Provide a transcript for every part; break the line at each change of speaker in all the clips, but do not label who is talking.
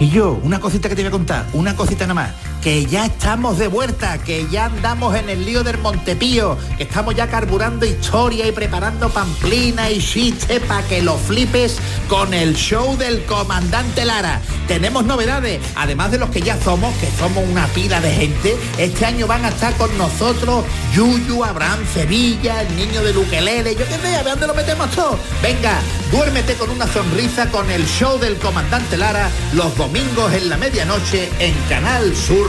Y yo, una cosita que te voy a contar, una cosita nada más, que ya estamos de vuelta, que ya andamos en el lío del Montepío, que estamos ya carburando historia y preparando pamplina y chiste para que lo flipes con el show del comandante Lara. Tenemos novedades, además de los que ya somos, que somos una pila de gente, este año van a estar con nosotros Yuyu, Abraham, Sevilla, el niño de Luquelele, yo qué sé, a ver dónde lo metemos todo. Venga, duérmete con una sonrisa con el show del comandante Lara los domingos en la medianoche en Canal Sur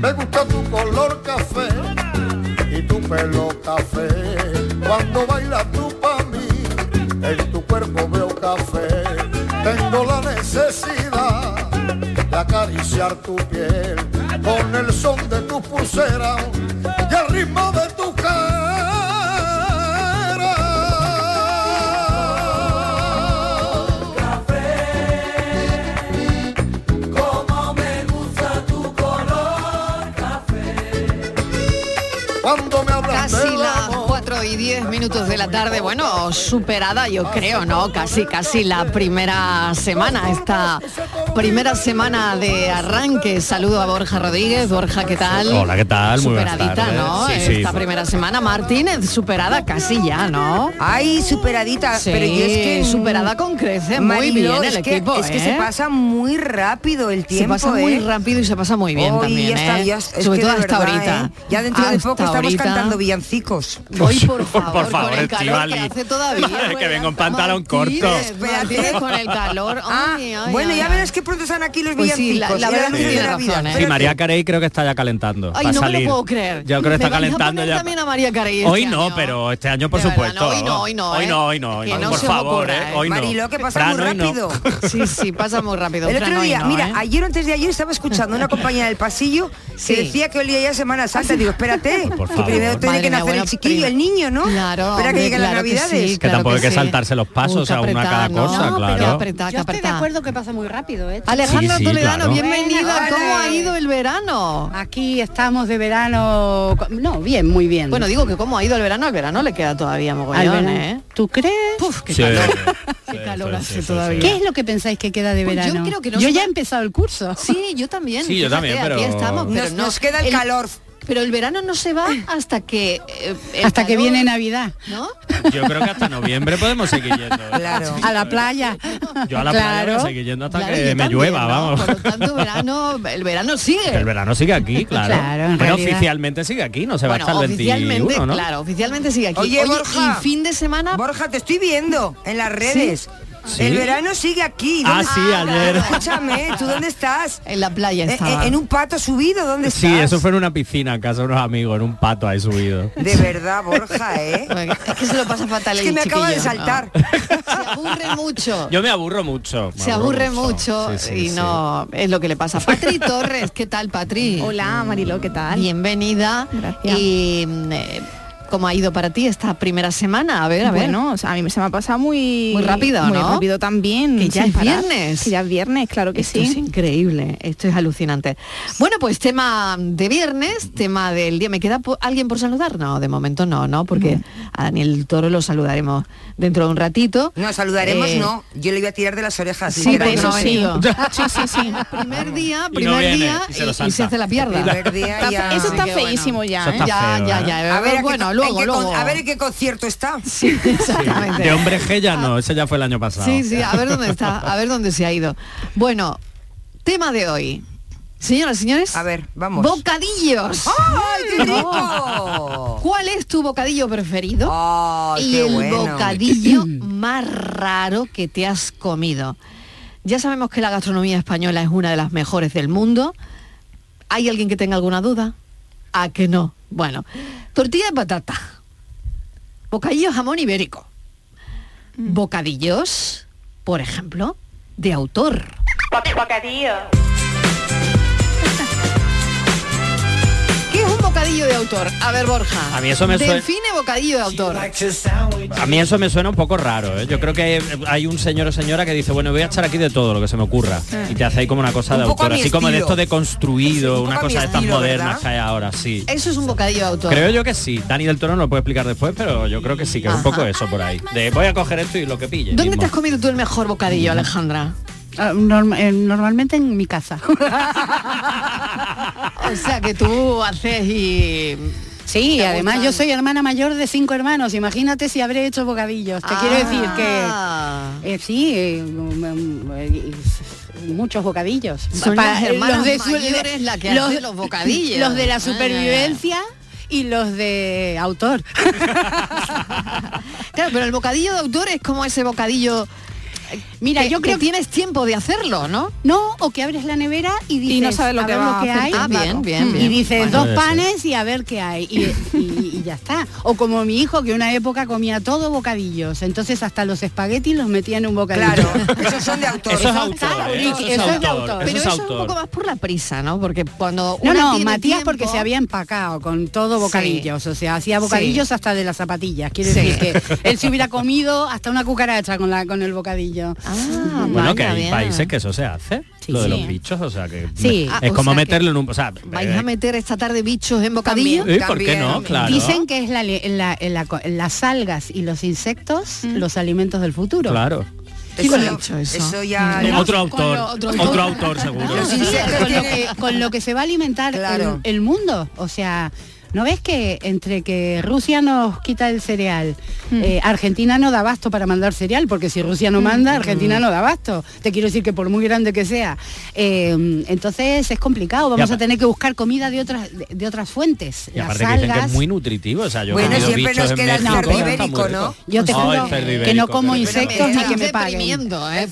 Me gusta tu color café y tu pelo café. Cuando bailas tú pa' mí, en tu cuerpo veo café. Tengo la necesidad de acariciar tu piel con el son de tu pulsera y el ritmo de tu
Como me gusta tu color
Cuando me hablas
Casi
del
las
amor,
4 y 10 minutos de la tarde, bueno, superada yo creo, ¿no? Casi, casi la primera semana, esta primera semana de arranque. Saludo a Borja Rodríguez. Borja, ¿qué tal?
Hola, ¿qué tal? Muy buenas
Superadita,
tardes.
¿no?
Sí, sí.
Esta primera semana. Martínez, superada casi ya, ¿no?
Ay, superadita,
Sí,
pero yo es que
superada con creces, muy
Mariló,
bien el
es que,
equipo,
Es que
¿eh?
se pasa muy rápido el
Se
tiempo. ¿eh?
pasa muy rápido y se pasa muy bien
Hoy
también,
ya está,
¿eh?
ya es- es
Sobre
que
todo
de
hasta
verdad,
ahorita.
¿eh? Ya dentro de
Hasta
poco estamos
ahorita.
cantando villancicos.
Hoy, por favor,
Por favor,
con el calor que
Estivali.
hace todavía.
Madre, que
bueno,
vengo en pantalón
Martínez,
corto.
Martínez, con el calor. Ay,
Ah,
ay,
bueno,
ay,
ya
ay.
verás que pronto están aquí los
Pues sí, la-
villancicos.
la
ya
verdad
verás
que
de
tiene
la
razón,
vida.
¿eh?
Y
Espérate.
María Carey creo que está ya calentando.
Ay,
para
no
salir.
me lo puedo creer.
Yo creo que está
¿Me vais a
calentando
poner
ya.
también a María Carey este
Hoy no,
año?
pero este año por
De verdad,
supuesto.
no, hoy no, hoy no,
Hoy
¿eh?
no, hoy no, hoy
Que
no,
no
por
se os
favor,
ocurra,
¿eh?
¿eh?
Hoy no.
Mariló, que pasa
Fran,
muy
hoy no.
rápido.
Sí, sí, pasa muy rápido.
El
Fran,
otro
hoy
día,
no,
mira,
¿eh?
ayer o antes de ayer estaba escuchando una compañía del pasillo
Sí. Ah,
que decía que olía ya Semana Santa. Digo, espérate,
Por
que
favor.
primero tiene
Madre
que
mía,
nacer
bueno,
el chiquillo,
prima.
el niño, ¿no?
Claro,
Espera que
hombre,
lleguen las
claro sí,
navidades.
Que tampoco hay que
sí.
saltarse los pasos,
Uy,
o sea,
qué
una cada
apretada,
cosa,
no,
Ah, claro.
Qué apretada, qué
Yo estoy de
apretada.
acuerdo que pasa muy rápido, ¿eh?
Alejandra
Sí, sí,
Toledano,
claro.
bienvenida.
Buenas,
¿Cómo ha
hola.
ido el verano?
Aquí estamos de verano. co- No, bien, muy bien.
Bueno, digo que cómo ha ido el verano, al verano le queda todavía
Al
mogollón,
verano.
¿eh?
¿Tú crees?
Puf, qué
Sí,
calor.
sí,
Qué
sí,
calor
sí,
hace
sí, sí,
todavía.
¿Qué es lo que pensáis que queda de
Pues yo
verano?
creo que no
yo
se
ya
va-
he empezado el curso.
Sí, yo también.
Sí, yo también, pero-
Aquí estamos, pero
Nos-
no.
nos queda el calor.
Pero el verano no se va hasta que... eh, el
Hasta que
calor,
viene Navidad.
¿No?
Yo creo que hasta noviembre podemos seguir yendo. ¿eh?
Claro.
A la playa.
Yo a la playa
claro.
voy a seguir yendo hasta
Claro,
que
yo
me
también,
llueva,
¿no?
vamos.
Por lo tanto, verano, el verano sigue.
Que El verano sigue aquí, claro.
Claro, en
bueno,
realidad.
oficialmente sigue aquí, no se va
bueno,
hasta el 21,
oficialmente,
¿no?
claro, oficialmente sigue aquí.
Oye, Borja.
y fin de semana...
Borja, te estoy viendo en las redes. El
¿Sí?
verano sigue aquí.
Ah,
¿Dónde-
sí, ayer.
Escúchame, ¿tú dónde estás?
En la playa
Eh,
estaba.
eh, ¿En un pato subido? ¿Dónde estás?
Sí, eso fue en una piscina en casa de unos amigos, en un pato ahí subido.
De verdad, Borja, ¿eh?
Es que se lo pasa fatal
Es que
el
me acaba de
chiquillo,
saltar.
¿no? Se aburre mucho.
Yo me aburro mucho. me
se aburre
aburro
mucho
Sí, sí,
y
sí.
no es lo que le pasa. Patri Torres, ¿qué tal, Patri?
Hola, Mariló, ¿qué tal?
Bienvenida.
Gracias.
Y mm, eh, cómo ha ido para ti esta primera semana, a ver, a ver.
Bueno, o sea, a mí se me ha pasado muy
Muy rápido,
muy
¿no?
rápido también.
Que ya
sin
es viernes.
Que ya es viernes, claro que
Esto
sí.
es increíble, esto es alucinante. Bueno, pues tema de viernes, tema del día. ¿Me queda po- alguien por saludar? No, de momento no, ¿no? Porque a Daniel Toro lo saludaremos dentro de un ratito.
No, saludaremos,
Eh,
no. Yo le voy a tirar de las orejas.
Sí,
sinceramente.
eso
pero no ha
sí.
venido.
sí, sí, sí.
Primer día,
Y no
primer
viene,
día
y
y,
se lo
y se
salta.
hace la pierda.
El primer día ya-
Eso
Así
está
que bueno.
feísimo
Eso
ya, ¿eh?
está-
Ya,
feo,
ya,
¿eh?
ya.
a ver, a qué
bueno,
con- en
luego,
qué con-
luego.
a ver en qué concierto está.
Sí, exactamente.
De hombre G ya no, ese ya fue el año pasado.
Sí, sí, a ver dónde está, a ver dónde se ha ido. Bueno, tema de hoy. Señoras y señores.
A ver, vamos. ¡Ah!
Bocadillos.
¡Ay, qué rico!
¿Cuál es tu bocadillo preferido?
¡Ay,
y
qué
el
bueno!
bocadillo más raro que te has comido. Ya sabemos que la gastronomía española es una de las mejores del mundo. ¿Hay alguien que tenga alguna duda? ¿A que no? Bueno, tortilla de patata, bocadillo de jamón ibérico, bocadillos, por ejemplo, de autor.
bocadillo.
¿Qué es un bocadillo de autor? A ver, Borja.
A mí eso me suena-
Define bocadillo de autor.
A mí eso me suena un poco raro, ¿eh? Yo creo que hay un señor o señora que dice, bueno, voy a echar aquí de todo lo que se me ocurra.
Sí.
Y te hace ahí como una cosa
Un
de
poco
autor,
a mi
así como de
estilo.
esto de construido, una
poco a mi
cosa de estas
estilo,
modernas
¿verdad?
que hay ahora, sí.
Eso es un bocadillo de autor.
Creo yo que sí. Dani del Toro no lo puede explicar después, pero yo creo que sí, que es un poco eso por ahí. De voy a coger esto y lo que pille.
¿Dónde
mismo.
te has comido tú el mejor bocadillo, Alejandra?
Ah, norm- eh, normalmente en mi casa.
O sea, que tú haces y...
Sí, además yo soy hermana mayor de cinco hermanos. Imagínate si habré hecho bocadillos. Te quiero decir
Ah.
que eh, sí, eh, mm, mm, eh, y- muchos bocadillos.
Son
Pa-
las
eh,
hermanas
su-
mayores las que hacen los bocadillos.
Los de
Ah.
la supervivencia y los de eh, autor.
Claro, pero el bocadillo de autor es como ese bocadillo... Mira, yo creo que tienes tiempo de hacerlo, ¿no?
No, o que abres la nevera y dices
no sabes lo
a
que
ver
va a
hay.
hacerte. Ah, bien, bien,
Mm.
bien.
Y dices
Bueno,
dos
puede ser.
panes y a ver qué hay. Y, y- y ya está. O como mi hijo que una época comía todo bocadillos. Entonces hasta los espaguetis los metía en un bocadillo.
Esos son de autor.
Eso es
autor, ¿eh?
Eso es Eso es de autor. autor.
Pero
Eso es
eso es
autor.
un poco más por la prisa, ¿no? Porque cuando
No,
una
no,
tiene
Matías
tiempo-
porque se había empacado con todo bocadillos, o sea, hacía bocadillos hasta de las zapatillas, quiere
Sí.
decir que él se hubiera comido hasta una cucaracha con la con el bocadillo.
Ah,
Bueno, que
Vaya,
hay
bien.
países que eso se hace, lo de
sí.
los bichos, o sea que
Sí.
me-
Ah,
es
o
como
sea que-
meterlo en un... O sea,
¿Vais a meter esta tarde bichos en bocadillo?
Eh, También, Eh, ¿por qué también. no? Claro.
Dicen que es la, li- la- la co- las algas y los insectos
Mm.
los alimentos del futuro.
Claro.
¿Quién
Eso-
lo ha dicho eso?
eso ya-
Eh, otro
Con
autor,
lo-
otro, autor seguro.
Los insectos con, lo que, con lo que se va a alimentar el-
Claro.
el, mundo. O sea, ¿no ves que entre que Rusia nos quita el cereal,
Mm.
eh, Argentina no da abasto para mandar cereal? Porque si Rusia no manda,
Mm.
Argentina no da abasto. Te quiero decir que por muy grande que sea. Eh, entonces es complicado, vamos
Ya,
a tener que buscar comida de otras, de, de otras fuentes.
Y
Las
aparte que dicen que
algas.
es muy nutritivo, o sea, yo he
Bueno,
comido
siempre
bichos
nos
en
queda el
México,
cerdo
está
ibérico,
muy
¿no?
rico.
Yo te
Oh,
juro
el cerdo
que
ibérico,
no como
qué rico.
insectos ni que me paguen.
deprimiendo, ¿eh?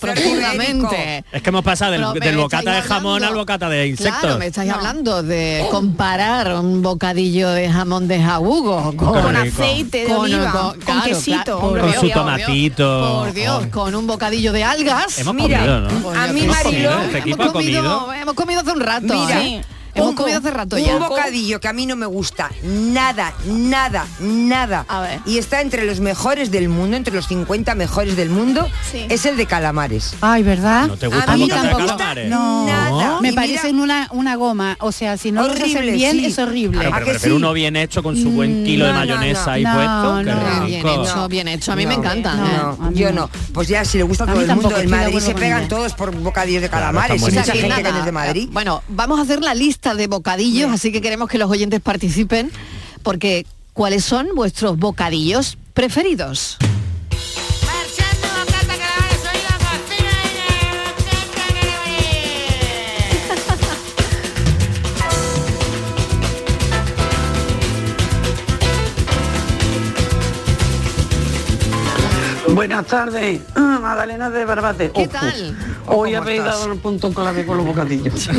Profundamente.
Es que hemos pasado del,
Pero me
del bocata de
estáis
jamón al
hablando-
bocata de insectos.
Claro, me estáis hablando de comparar un bocadillo de jamón de jabugo con,
Con aceite
de oliva, con quesito,
por
hombre,
Con
Dios,
su
Dios,
tomatito.
Por Dios, con un bocadillo de algas.
Hemos comido, ¿no?
Por
A
Dios,
mí,
que sí.
Mariló, este equipo
hemos
ha comido.
comido, hemos comido hace un rato.
Mira,
¿eh? hemos comido hace rato ya.
Un bocadillo que a mí no me gusta nada, nada, nada. Y está entre los mejores del mundo, entre los 50 mejores del mundo, es el de calamares.
Ay, ¿verdad?
te gusta
a
el
mí
bocata de
tampoco.
calamares?
No,
Nada.
me
Y mira-
parecen una, una goma. O sea, si no lo hacen
Horrible,
bien,
sí.
es horrible.
Claro, pero prefiero uno bien hecho con su buen kilo de mayonesa ahí
no,
puesto. qué
no.
Bien
rico.
hecho, bien hecho. A mí me encanta. ¿eh?
No, yo no. Pues ya, si le gusta a
A
todo
mí
el mundo,
tampoco,
en
estoy de
Madrid
acuerdo
se
con
pegan
ella.
todos por bocadillos de calamares.
O
y
sea,
mucha
que
gente que
nada,
no es de Madrid.
Bueno, vamos a hacer la lista de bocadillos, así que queremos que los oyentes participen, porque ¿cuáles son vuestros bocadillos preferidos?
Buenas tardes, mm, Magdalena de Barbate.
¿Qué
Ojo,
tal?
Hoy
¿Cómo
habéis
estás?
dado el punto clave con los bocadillos. Uy,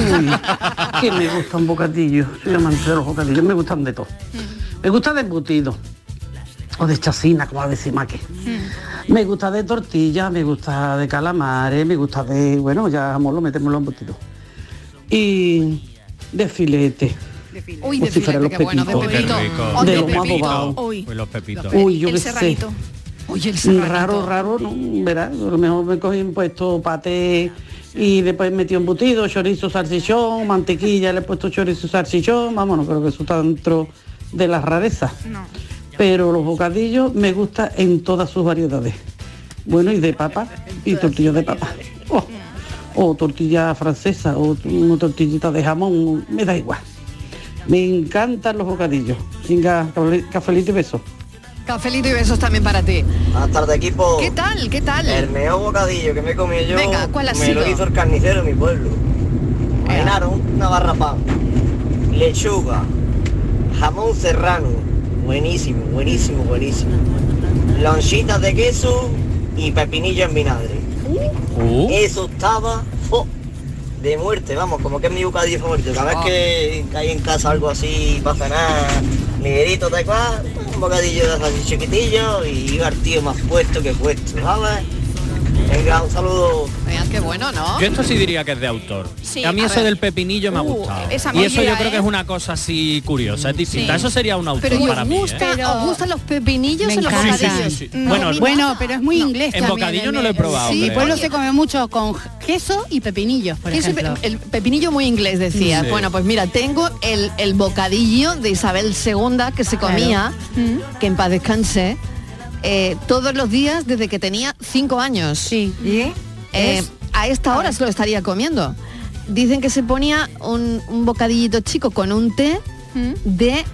que me gustan bocadillos, soy amante de los bocadillos, me gustan de todo. Me gusta de embutido, o de chacina, como a decir maque. Me gusta de tortilla, me gusta de calamares, me gusta de, bueno, ya jamón lo metemos en los embutidos. Y de filete.
Pues
Uy,
Como
de
si fueran
filete, qué bueno, de
los
pepito.
pepitos.
rico.
De
De
lomo
pepito.
adobado.
Uy.
Uy, los pepitos.
Uy, yo
El
qué sé.
serranito. Oye, el serranito.
Raro, raro, ¿no? Verás, a lo mejor me cogí puesto paté y después metió embutido, chorizo, salchichón, mantequilla, le he puesto chorizo, salchichón, vámonos, pero que eso está dentro de las rarezas. Pero los bocadillos me gustan en todas sus variedades. Bueno, y de papa, y tortillas de papa. Oh, o tortilla francesa, o t- una tortillita de jamón, me da igual. Me encantan los bocadillos. Venga, café- cafelito y besos.
Cafelito y besos también para ti.
Buenas tardes, equipo.
¿Qué tal? ¿Qué tal?
El mejor bocadillo que me he comido yo
Venga, ¿cuál ha
me
sido?
lo hizo el carnicero de mi pueblo. Ganaron una barra pan, lechuga, jamón serrano, buenísimo, buenísimo, buenísimo. Lonchitas de queso y pepinillo en vinagre.
Uh.
Eso estaba fo, de muerte, vamos, como que es mi bocadillo favorito. Cada vez que, que hay en casa algo así, pasa nada, ligerito, tal cual, un bocadillo de así chiquitillo y iba el tío más puesto que puesto, ¿sabes? Venga, un saludo.
Vean qué bueno, ¿no?
Yo esto sí diría que es de autor.
Sí,
a mí
a
eso
ver.
del pepinillo me ha
Uh,
gustado.
esa
y eso yo
movida,
creo que
¿eh?
es una cosa así curiosa, es distinta.
Sí.
Eso sería un autor
Pero ¿y
para
os,
mí. ¿eh?
gusta, os gustan los pepinillos
Me
en los
encanta.
bocadillos?
Sí, sí, sí. No, Bueno, a mí
bueno, pero es muy inglés
en
también,
bocadillo
el-
no lo he probado,
Sí,
creo.
mi pueblo se come mucho con queso y pepinillos, por
Queso y pe-
ejemplo.
el pepinillo muy inglés decía.
Sí.
Bueno, pues mira, tengo el, el bocadillo de Isabel II que se comía, que en paz descanse, eh, todos los días desde que tenía cinco años. Sí.
Es-
a esta
Ah.
hora se lo estaría comiendo. Dicen que se ponía un, un bocadillito chico con un té
¿Mm?
de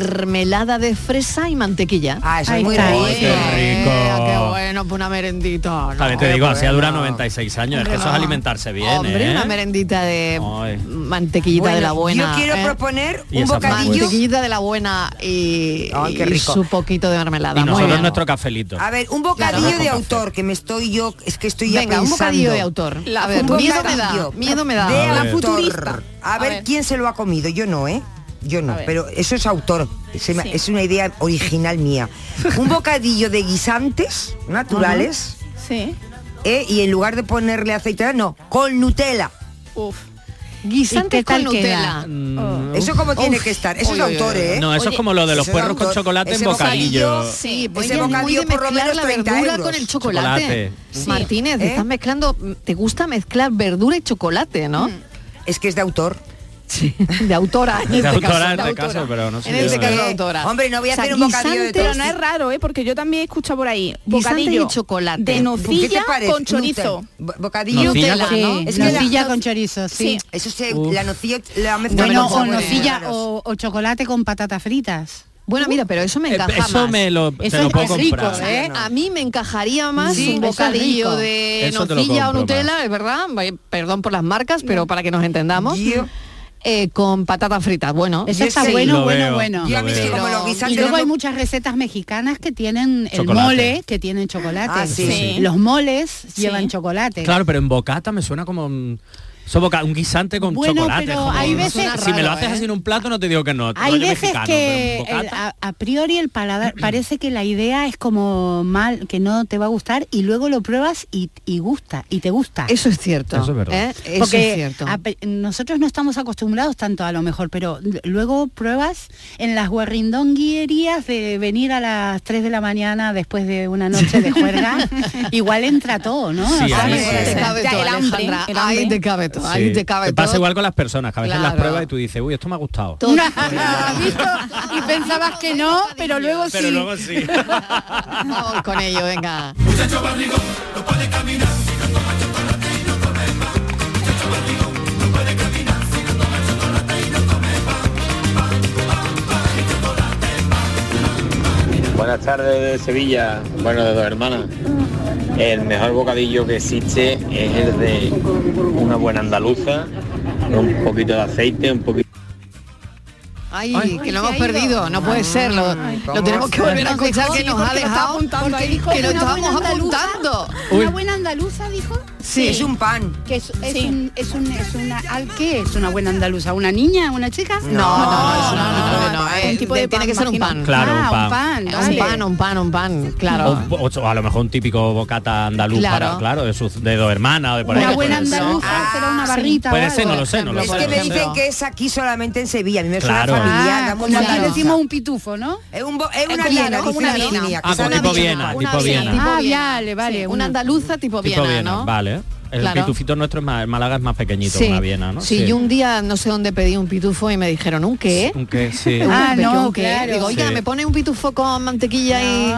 mermelada de fresa y mantequilla. Ah,
eso es Ahí muy está. rico. Ay, qué rico.
qué bueno, pues una merendita. ¿no?
También te digo, así dura 96 años, es
oh. Hombre,
que eso es
no.
alimentarse bien,
Hombre,
¿eh?
una merendita de
Ay.
mantequillita
Bueno,
de la buena.
yo quiero
proponer
Y un esa bocadillo- fue-
Mantequillita de la buena y,
Ay, qué
y
rico.
su poquito de mermelada.
Y
Ah, Muy
nosotros
bien.
nuestro cafelito.
A ver, un bocadillo
Claro.
de autor, que me estoy yo, es que estoy ya
Venga, un
pensando.
bocadillo de autor. A ver,
Un
miedo me da,
bocadillo
miedo me da.
de
A ver.
autor.
Futurista.
A ver,
ver.
quién se lo ha comido, yo no, ¿eh? Yo no,
A ver.
pero eso es autor, Se me-
Sí.
es una idea original mía. Un bocadillo de guisantes naturales
Sí.
¿eh? y en lugar de ponerle aceite, no, con Nutella.
Uf.
Guisantes
¿Y qué tal
con
queda?
Nutella.
Mm. Eso como tiene que estar, eso es autor, ¿eh?
No, eso es como lo de los
Ese
puerros con
autor-
chocolate en
ese
bocadillo.
Sí, pues
Ese
ella es muy
bocadillo
de
por lo
mezclar
menos
la
30
verdura
euros.
con el chocolate.
Chocolate.
Martínez,
¿Eh?
estás mezclando, te gusta mezclar verdura y chocolate, ¿no?
Mm. Es que es de autor.
Sí, de autora. en
De
este
autora,
caso,
en
de
este caso,
autora.
pero no sé
En
yo,
este
¿eh?
caso, de
Eh,
autora.
hombre, no voy a hacer un bocadillo de
Pero
todo.
no es raro, ¿eh? Porque yo también he escuchado por ahí
Guisante
bocadillo
y chocolate.
de
¿Qué te
nocilla
parece?
con chorizo.
Nutella. Bo- Bocadillo
Nutella,
Nutella,
sí.
¿no?
Es
la-
nocilla con chorizo, sí.
Sí, eso se, la nocilla la mezcla
Bueno,
con
o
sabores
nocilla
raros.
o, o chocolate con patatas fritas.
Bueno, mira, pero eso me
Eh,
encaja
eso
más.
me lo- te
Eso lo es puedo rico, comprar.
¿eh?
A mí me encajaría más
Sí,
un
eso es rico.
bocadillo de
Eso te lo
nocilla o
compro
Nutella, es verdad, Vaya, perdón por las marcas, pero para que nos entendamos. eh, con patatas fritas, bueno.
Eso está bueno, bueno, bueno.
Yo a mí sí, como los
y
guisantes
luego
no-
hay muchas recetas mexicanas que tienen
Chocolate.
el mole, que tienen chocolate.
Ah, sí. Sí.
Los moles llevan chocolate.
Claro, pero en bocata me suena como un, eso boca- un guisante con
Bueno,
chocolate.
pero
como-
hay veces-
si me lo
Raro,
haces
¿eh?
así en un plato no te digo que no.
Hay
rollo
veces
mexicano,
que
pero en
el-
bocata-
a, a priori el paladar parece que la idea es como mal, que no te va a gustar y luego lo pruebas y, y gusta, y te gusta.
Eso es cierto.
Eso es verdad.
¿eh? Eso
Porque
es cierto.
a pe- nosotros no estamos acostumbrados tanto a lo mejor, pero l- luego pruebas en las guarrindonguerías de venir a las 3 de la mañana después de una noche de juerga, igual entra todo, ¿no?
Sí,
O sea,
ahí
que-
sí.
Te cabe
Ya,
todo,
el hambre,
Alejandra,
el
ahí
hambre.
te cabe todo,
Sí.
ahí te cabe
pasa
todo.
igual con las personas, que a veces las
Claro.
pruebas y tú dices, uy, esto me ha gustado.
Todo-
¿Has visto? Y pensabas que no, pero luego
Pero
sí.
luego sí.
Vamos con ello, venga.
Buenas tardes de Sevilla, bueno de dos hermanas. El mejor bocadillo que existe es el de una buena andaluza, con un poquito de aceite, un poquito
Ay,
Ay.
que lo hemos perdido, no puede ser, lo, lo tenemos que volver a escuchar que nos ha dejado porque que lo estábamos apuntando.
Una buena andaluza dijo.
Sí. Es un
pan.
Que es, es un, es un- es una, ¿al ¿Qué es una buena andaluza? ¿Una niña? ¿Una chica?
No, no, no, no, no, no, eh, de- tiene que ser un pan.
Claro, un
Ah,
pan.
un pan.
Un
vale.
pan, un pan, un pan,
O,
claro.
o- o a lo mejor un típico bocata andaluz,
Claro.
para, claro, de, sus, de dos hermanas o de por ahí.
Una
que
buena
puede ser.
andaluza será una barrita.
Puede
o
ser, no
algo.
lo sé, no lo
Ah, es
sé.
que me dicen
Ejemplo.
que es aquí solamente en Sevilla, a mí me suena
Claro.
familiar, da
Ah,
mucha
como aquí
andaluza.
decimos un pitufo, ¿no?
Es, un bo- es una
como-
viena,
como
dice
una
la
viena.
línea,
Ah,
que
como
es una
tipo
viena.
Viena,
Una
tipo
Viena,
Viena.
Ah,
Tipo Viena.
vale, vale.
Sí,
un-
Una andaluza tipo
Tipo
Viena,
Viena,
¿no?
vale. El
Claro.
pitufito nuestro es más, el Málaga es más pequeñito, que
Sí.
una Viena, ¿no?
Sí, yo un día no sé dónde pedí un pitufo y me dijeron, ¿un qué?
Un que sí.
Ah,
no,
no, que
claro.
Digo, oiga,
Sí.
me pone un pitufo con mantequilla y...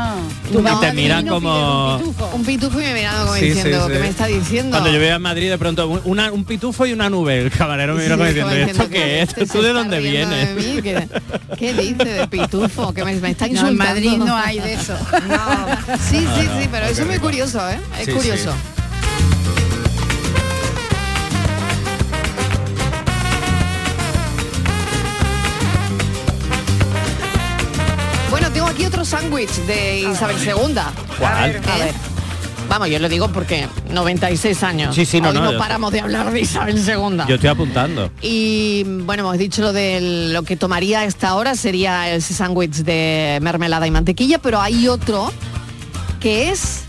Tú
No,
te
no,
miran
no, no,
como-
pide Un pitufo. Un pitufo y me miran como
Sí, sí,
diciendo, ¿qué
sí.
me está diciendo?
Cuando yo veo a Madrid de pronto un- una- un pitufo y una nube, el camarero me
Sí,
vino como
como
diciendo,
diciendo,
¿esto qué es? ¿Tú de dónde vienes?
de mí, que- ¿Qué dice de pitufo? Que me, me está
No, en
insultando.
Madrid no hay de eso.
Sí, sí,
Ah, no,
sí, pero
no,
eso
qué
es muy
rico.
curioso, ¿eh? Es
Sí, sí.
curioso. Bueno, tengo aquí otro sándwich de
Ah,
Isabel II.
¿Cuál? A ver, a
¿Eh?
ver.
Vamos, yo lo digo porque 96 años.
Sí, sí, no,
Hoy
no,
no
yo-
paramos de hablar de Isabel II.
Yo estoy apuntando.
Y bueno, hemos dicho lo de lo que tomaría a esta hora sería el sándwich de mermelada y mantequilla, pero hay otro que es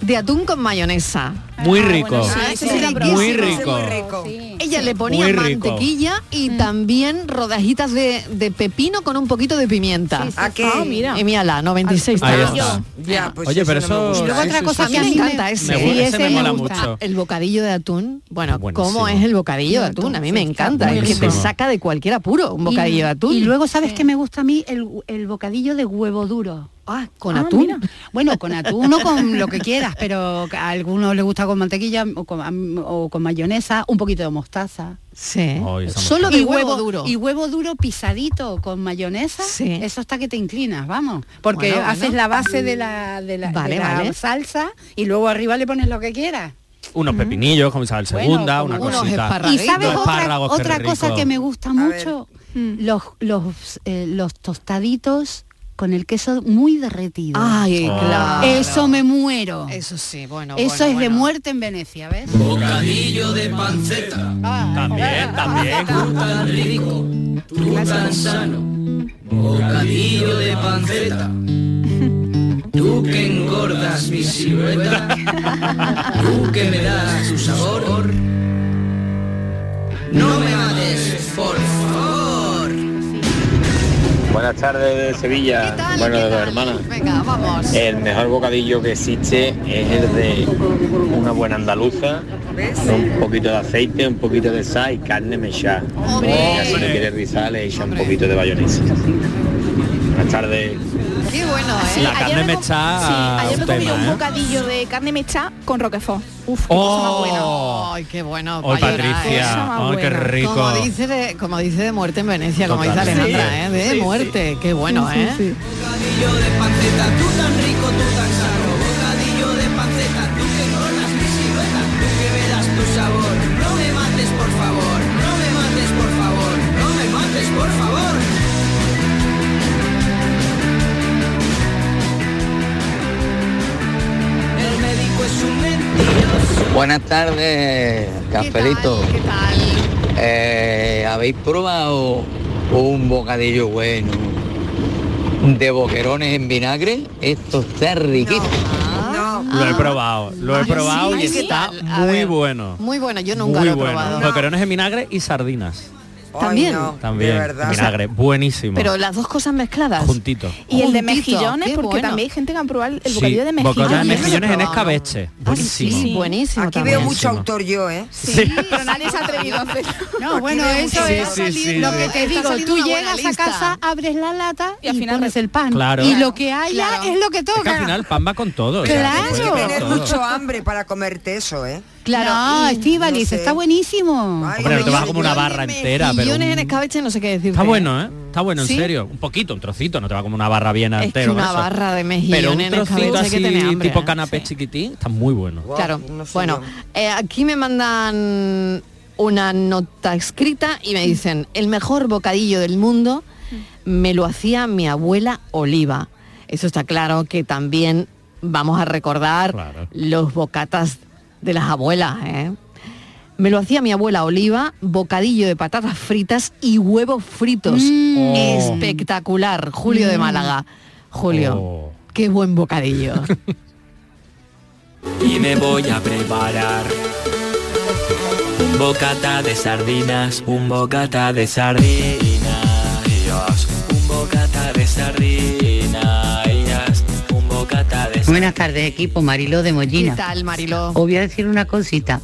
de atún con mayonesa. Ah,
Muy rico.
sí, sí,
muy
riquísimo.
rico.
Ella le ponía
Muy rico.
mantequilla y también rodajitas de, de pepino con un poquito de pimienta.
Sí, sí, ¿A sí. qué? Ah, mira.
Y mírala, 96
Ahí
tacos.
está.
Ya,
pues Oye, pero eso no me gusta.
Y luego
Sí,
otra
sí,
cosa
sí,
que a
sí,
mí
sí.
me encanta
Me
ese.
gusta,
Sí,
ese me mola
gusta.
mucho.
El bocadillo de atún. Bueno, ¿cómo
Buenísimo.
es el bocadillo de atún? A mí me encanta. Es que te
buenísimo.
saca de cualquier apuro un bocadillo de atún.
Y luego, ¿sabes qué me gusta a mí? El, el bocadillo de huevo duro.
Ah, ¿con
Ah,
atún?
mira. Bueno, con atún o con lo que quieras, pero a algunos les gusta con mantequilla o con, o con mayonesa, un poquito de mostaza.
Sí.
Solo
de
de
huevo
huevo
duro.
Y huevo duro pisadito con mayonesa,
Sí.
eso hasta que te inclinas, vamos. Porque
Bueno,
haces
bueno.
la base de la, de la, de
Vale,
la
vale.
salsa y luego arriba le pones lo que quieras.
Unos pepinillos, como sabe el segunda,
Bueno, como
una
unos
cosita.
esparraguitos. Y sabes
Unos
otra,
espárragos, qué
otra
rico.
cosa que me gusta mucho, los, los, eh, los tostaditos con el queso muy derretido.
Ay,
Ah,
Oh. claro.
Eso me muero.
Eso sí, bueno.
Eso
bueno,
es de
bueno.
muerte en Venecia, ¿ves?
Bocadillo de panceta.
También, también.
Tú tan rico, tú tan sano. Bocadillo de panceta. Tú que engordas mi silueta. Tú que me das tu sabor. No me mates, por favor.
Buenas tardes de Sevilla. Bueno, de dos hermanas.
Venga, vamos.
Eh,
El mejor bocadillo que existe es el de una buena andaluza, con un poquito de aceite, un poquito de sal y carne mechada. Ya si le quieres rizar, le echa un poquito de bayonesa. Buenas tardes.
Qué bueno,
¿eh? La carne
me
mechada,
Sí, ayer me
un
comí
tema,
un
¿eh?
bocadillo de carne mechada con roquefort. Uf, qué cosa más buena.
¡Oh!
Ay, qué bueno.
¡Ay,
pa' llorar, ¿eh?
Patricia! ¡Ay, qué rico!
Como dice, de, como dice de muerte en Venecia, como dice
Totalmente.
Alejandra, ¿eh? de
Sí, sí.
muerte, qué bueno,
Sí, sí,
¿eh?
sí.
Bocadillo de panceta, tú tan rico, tú tan sano. Bocadillo de panceta, tú que engordas mi silueta. Tú que me das tu sabor. No me mates, por favor. No me mates, por favor. No me mates, por favor. El médico es un mentiroso.
Buenas tardes, cafelito. Eh, ¿Habéis probado un bocadillo bueno de boquerones en vinagre? Esto está riquísimo.
Lo he probado, lo he
Ah,
probado
sí,
y
¿qué
está
tal?
A
muy
ver,
bueno.
Muy bueno, yo nunca
muy
lo he
bueno.
probado.
Boquerones en vinagre y sardinas.
También.
También. Vinagre, buenísimo.
Pero las dos cosas mezcladas.
Juntito.
Y el de
Juntito,
mejillones,
qué
porque
bueno.
también hay gente que han probado el
Sí,
bocadillo de mejillones.
bocatas de
Yo no lo he
mejillones en
probado.
escabeche. Buenísimo.
buenísimo.
Aquí veo mucho autor yo, ¿eh?
Sí, pero nadie se ha atrevido a hacer.
No, bueno, eso
Sí,
es
sí, sí,
lo
sí.
que te
Está
digo.
saliendo
Tú
una buena
llegas a
lista.
casa, abres la lata y, al final pones el pan.
Claro.
Y lo que haya
Claro.
es lo que
Es que al
toca.
final el pan va con todo. o sea,
Claro.
puedes
Tienes que
con
tener
todo.
mucho hambre para comerte eso, ¿eh?
Claro, no, Estíbaliz, está buenísimo.
Hombre, no te vas como una barra entera, Ah, pero
Millones
un-
en escabeche, no sé qué decir.
está bueno, ¿eh? Está bueno, en
¿Sí?
serio. Un poquito, un trocito, no te va como una barra bien
Es que
entera.
una barra de
Pero un
mejillones en
trocito
escabeche hay que tener
así,
hambre,
tipo
¿eh?
canapé chiquitín, está muy bueno.
Claro, bueno, eh, aquí me mandan una nota escrita y me dicen, el mejor bocadillo del mundo me lo hacía mi abuela Oliva. Eso está claro que también vamos a recordar los bocatas de las abuelas. ¿eh? Me lo hacía mi abuela Oliva, bocadillo de patatas fritas y huevos fritos. Espectacular, Julio de Málaga. Julio, qué buen bocadillo.
y me voy a preparar un bocata de sardinas, un bocata de sardinas, un bocata de sardinas, un bocata de
Buenas tardes, equipo Mariló de Mollina.
¿Qué tal, Mariló?
Os voy a decir una cosita.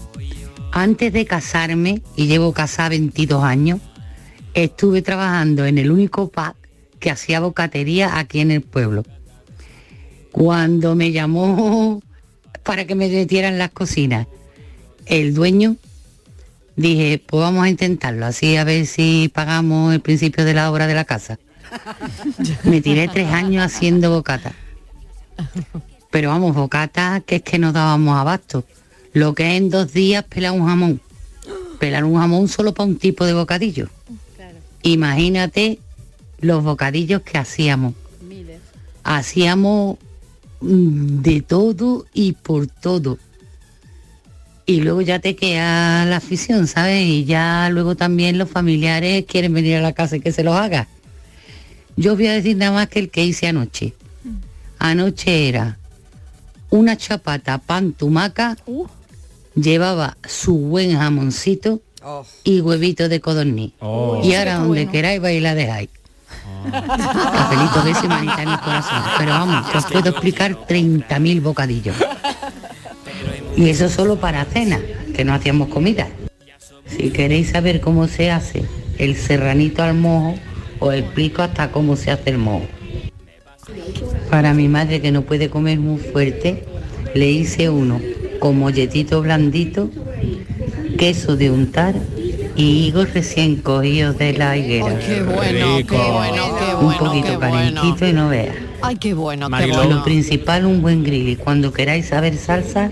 Antes de casarme, y llevo casada 22 años, estuve trabajando en el único pub que hacía bocatería aquí en el pueblo. Cuando me llamó para que me metieran las cocinas, el dueño, dije, pues vamos a intentarlo, así a ver si pagamos el principio de la obra de la casa. Me tiré tres años haciendo bocata. Pero vamos, bocata, que es que no dábamos abasto. Lo que es en dos días pelar un jamón. Pelar un jamón solo para un tipo de bocadillo. Imagínate los bocadillos que hacíamos. Hacíamos mm, de todo y por todo. Y luego ya te queda la afición, ¿sabes? Y ya luego también los familiares quieren venir a la casa y que se los haga. Yo os voy a decir nada más que el que hice anoche. Anoche era una chapata pan tumaca,
Uh.
llevaba su buen jamoncito y huevito de codorniz.
Oh.
Y
Uy,
ahora
qué
donde
bueno.
queráis vais y la dejáis. Cafelito beso y manita en el corazón. Pero vamos, que os puedo explicar 30.000 bocadillos. Y eso solo para cena, que no hacíamos comida. Si queréis saber cómo se hace el serranito al mojo, os explico hasta cómo se hace el mojo. Para mi madre que no puede comer muy fuerte, le hice uno con molletito blandito, queso de untar y higos recién cogidos de la higuera.
Oh, qué bueno, qué Rico. bueno, qué
Un poquito calentito y no veas.
Ay, qué bueno, qué
Mariló. Lo
bueno.
principal, un buen grill. Y cuando queráis saber salsa,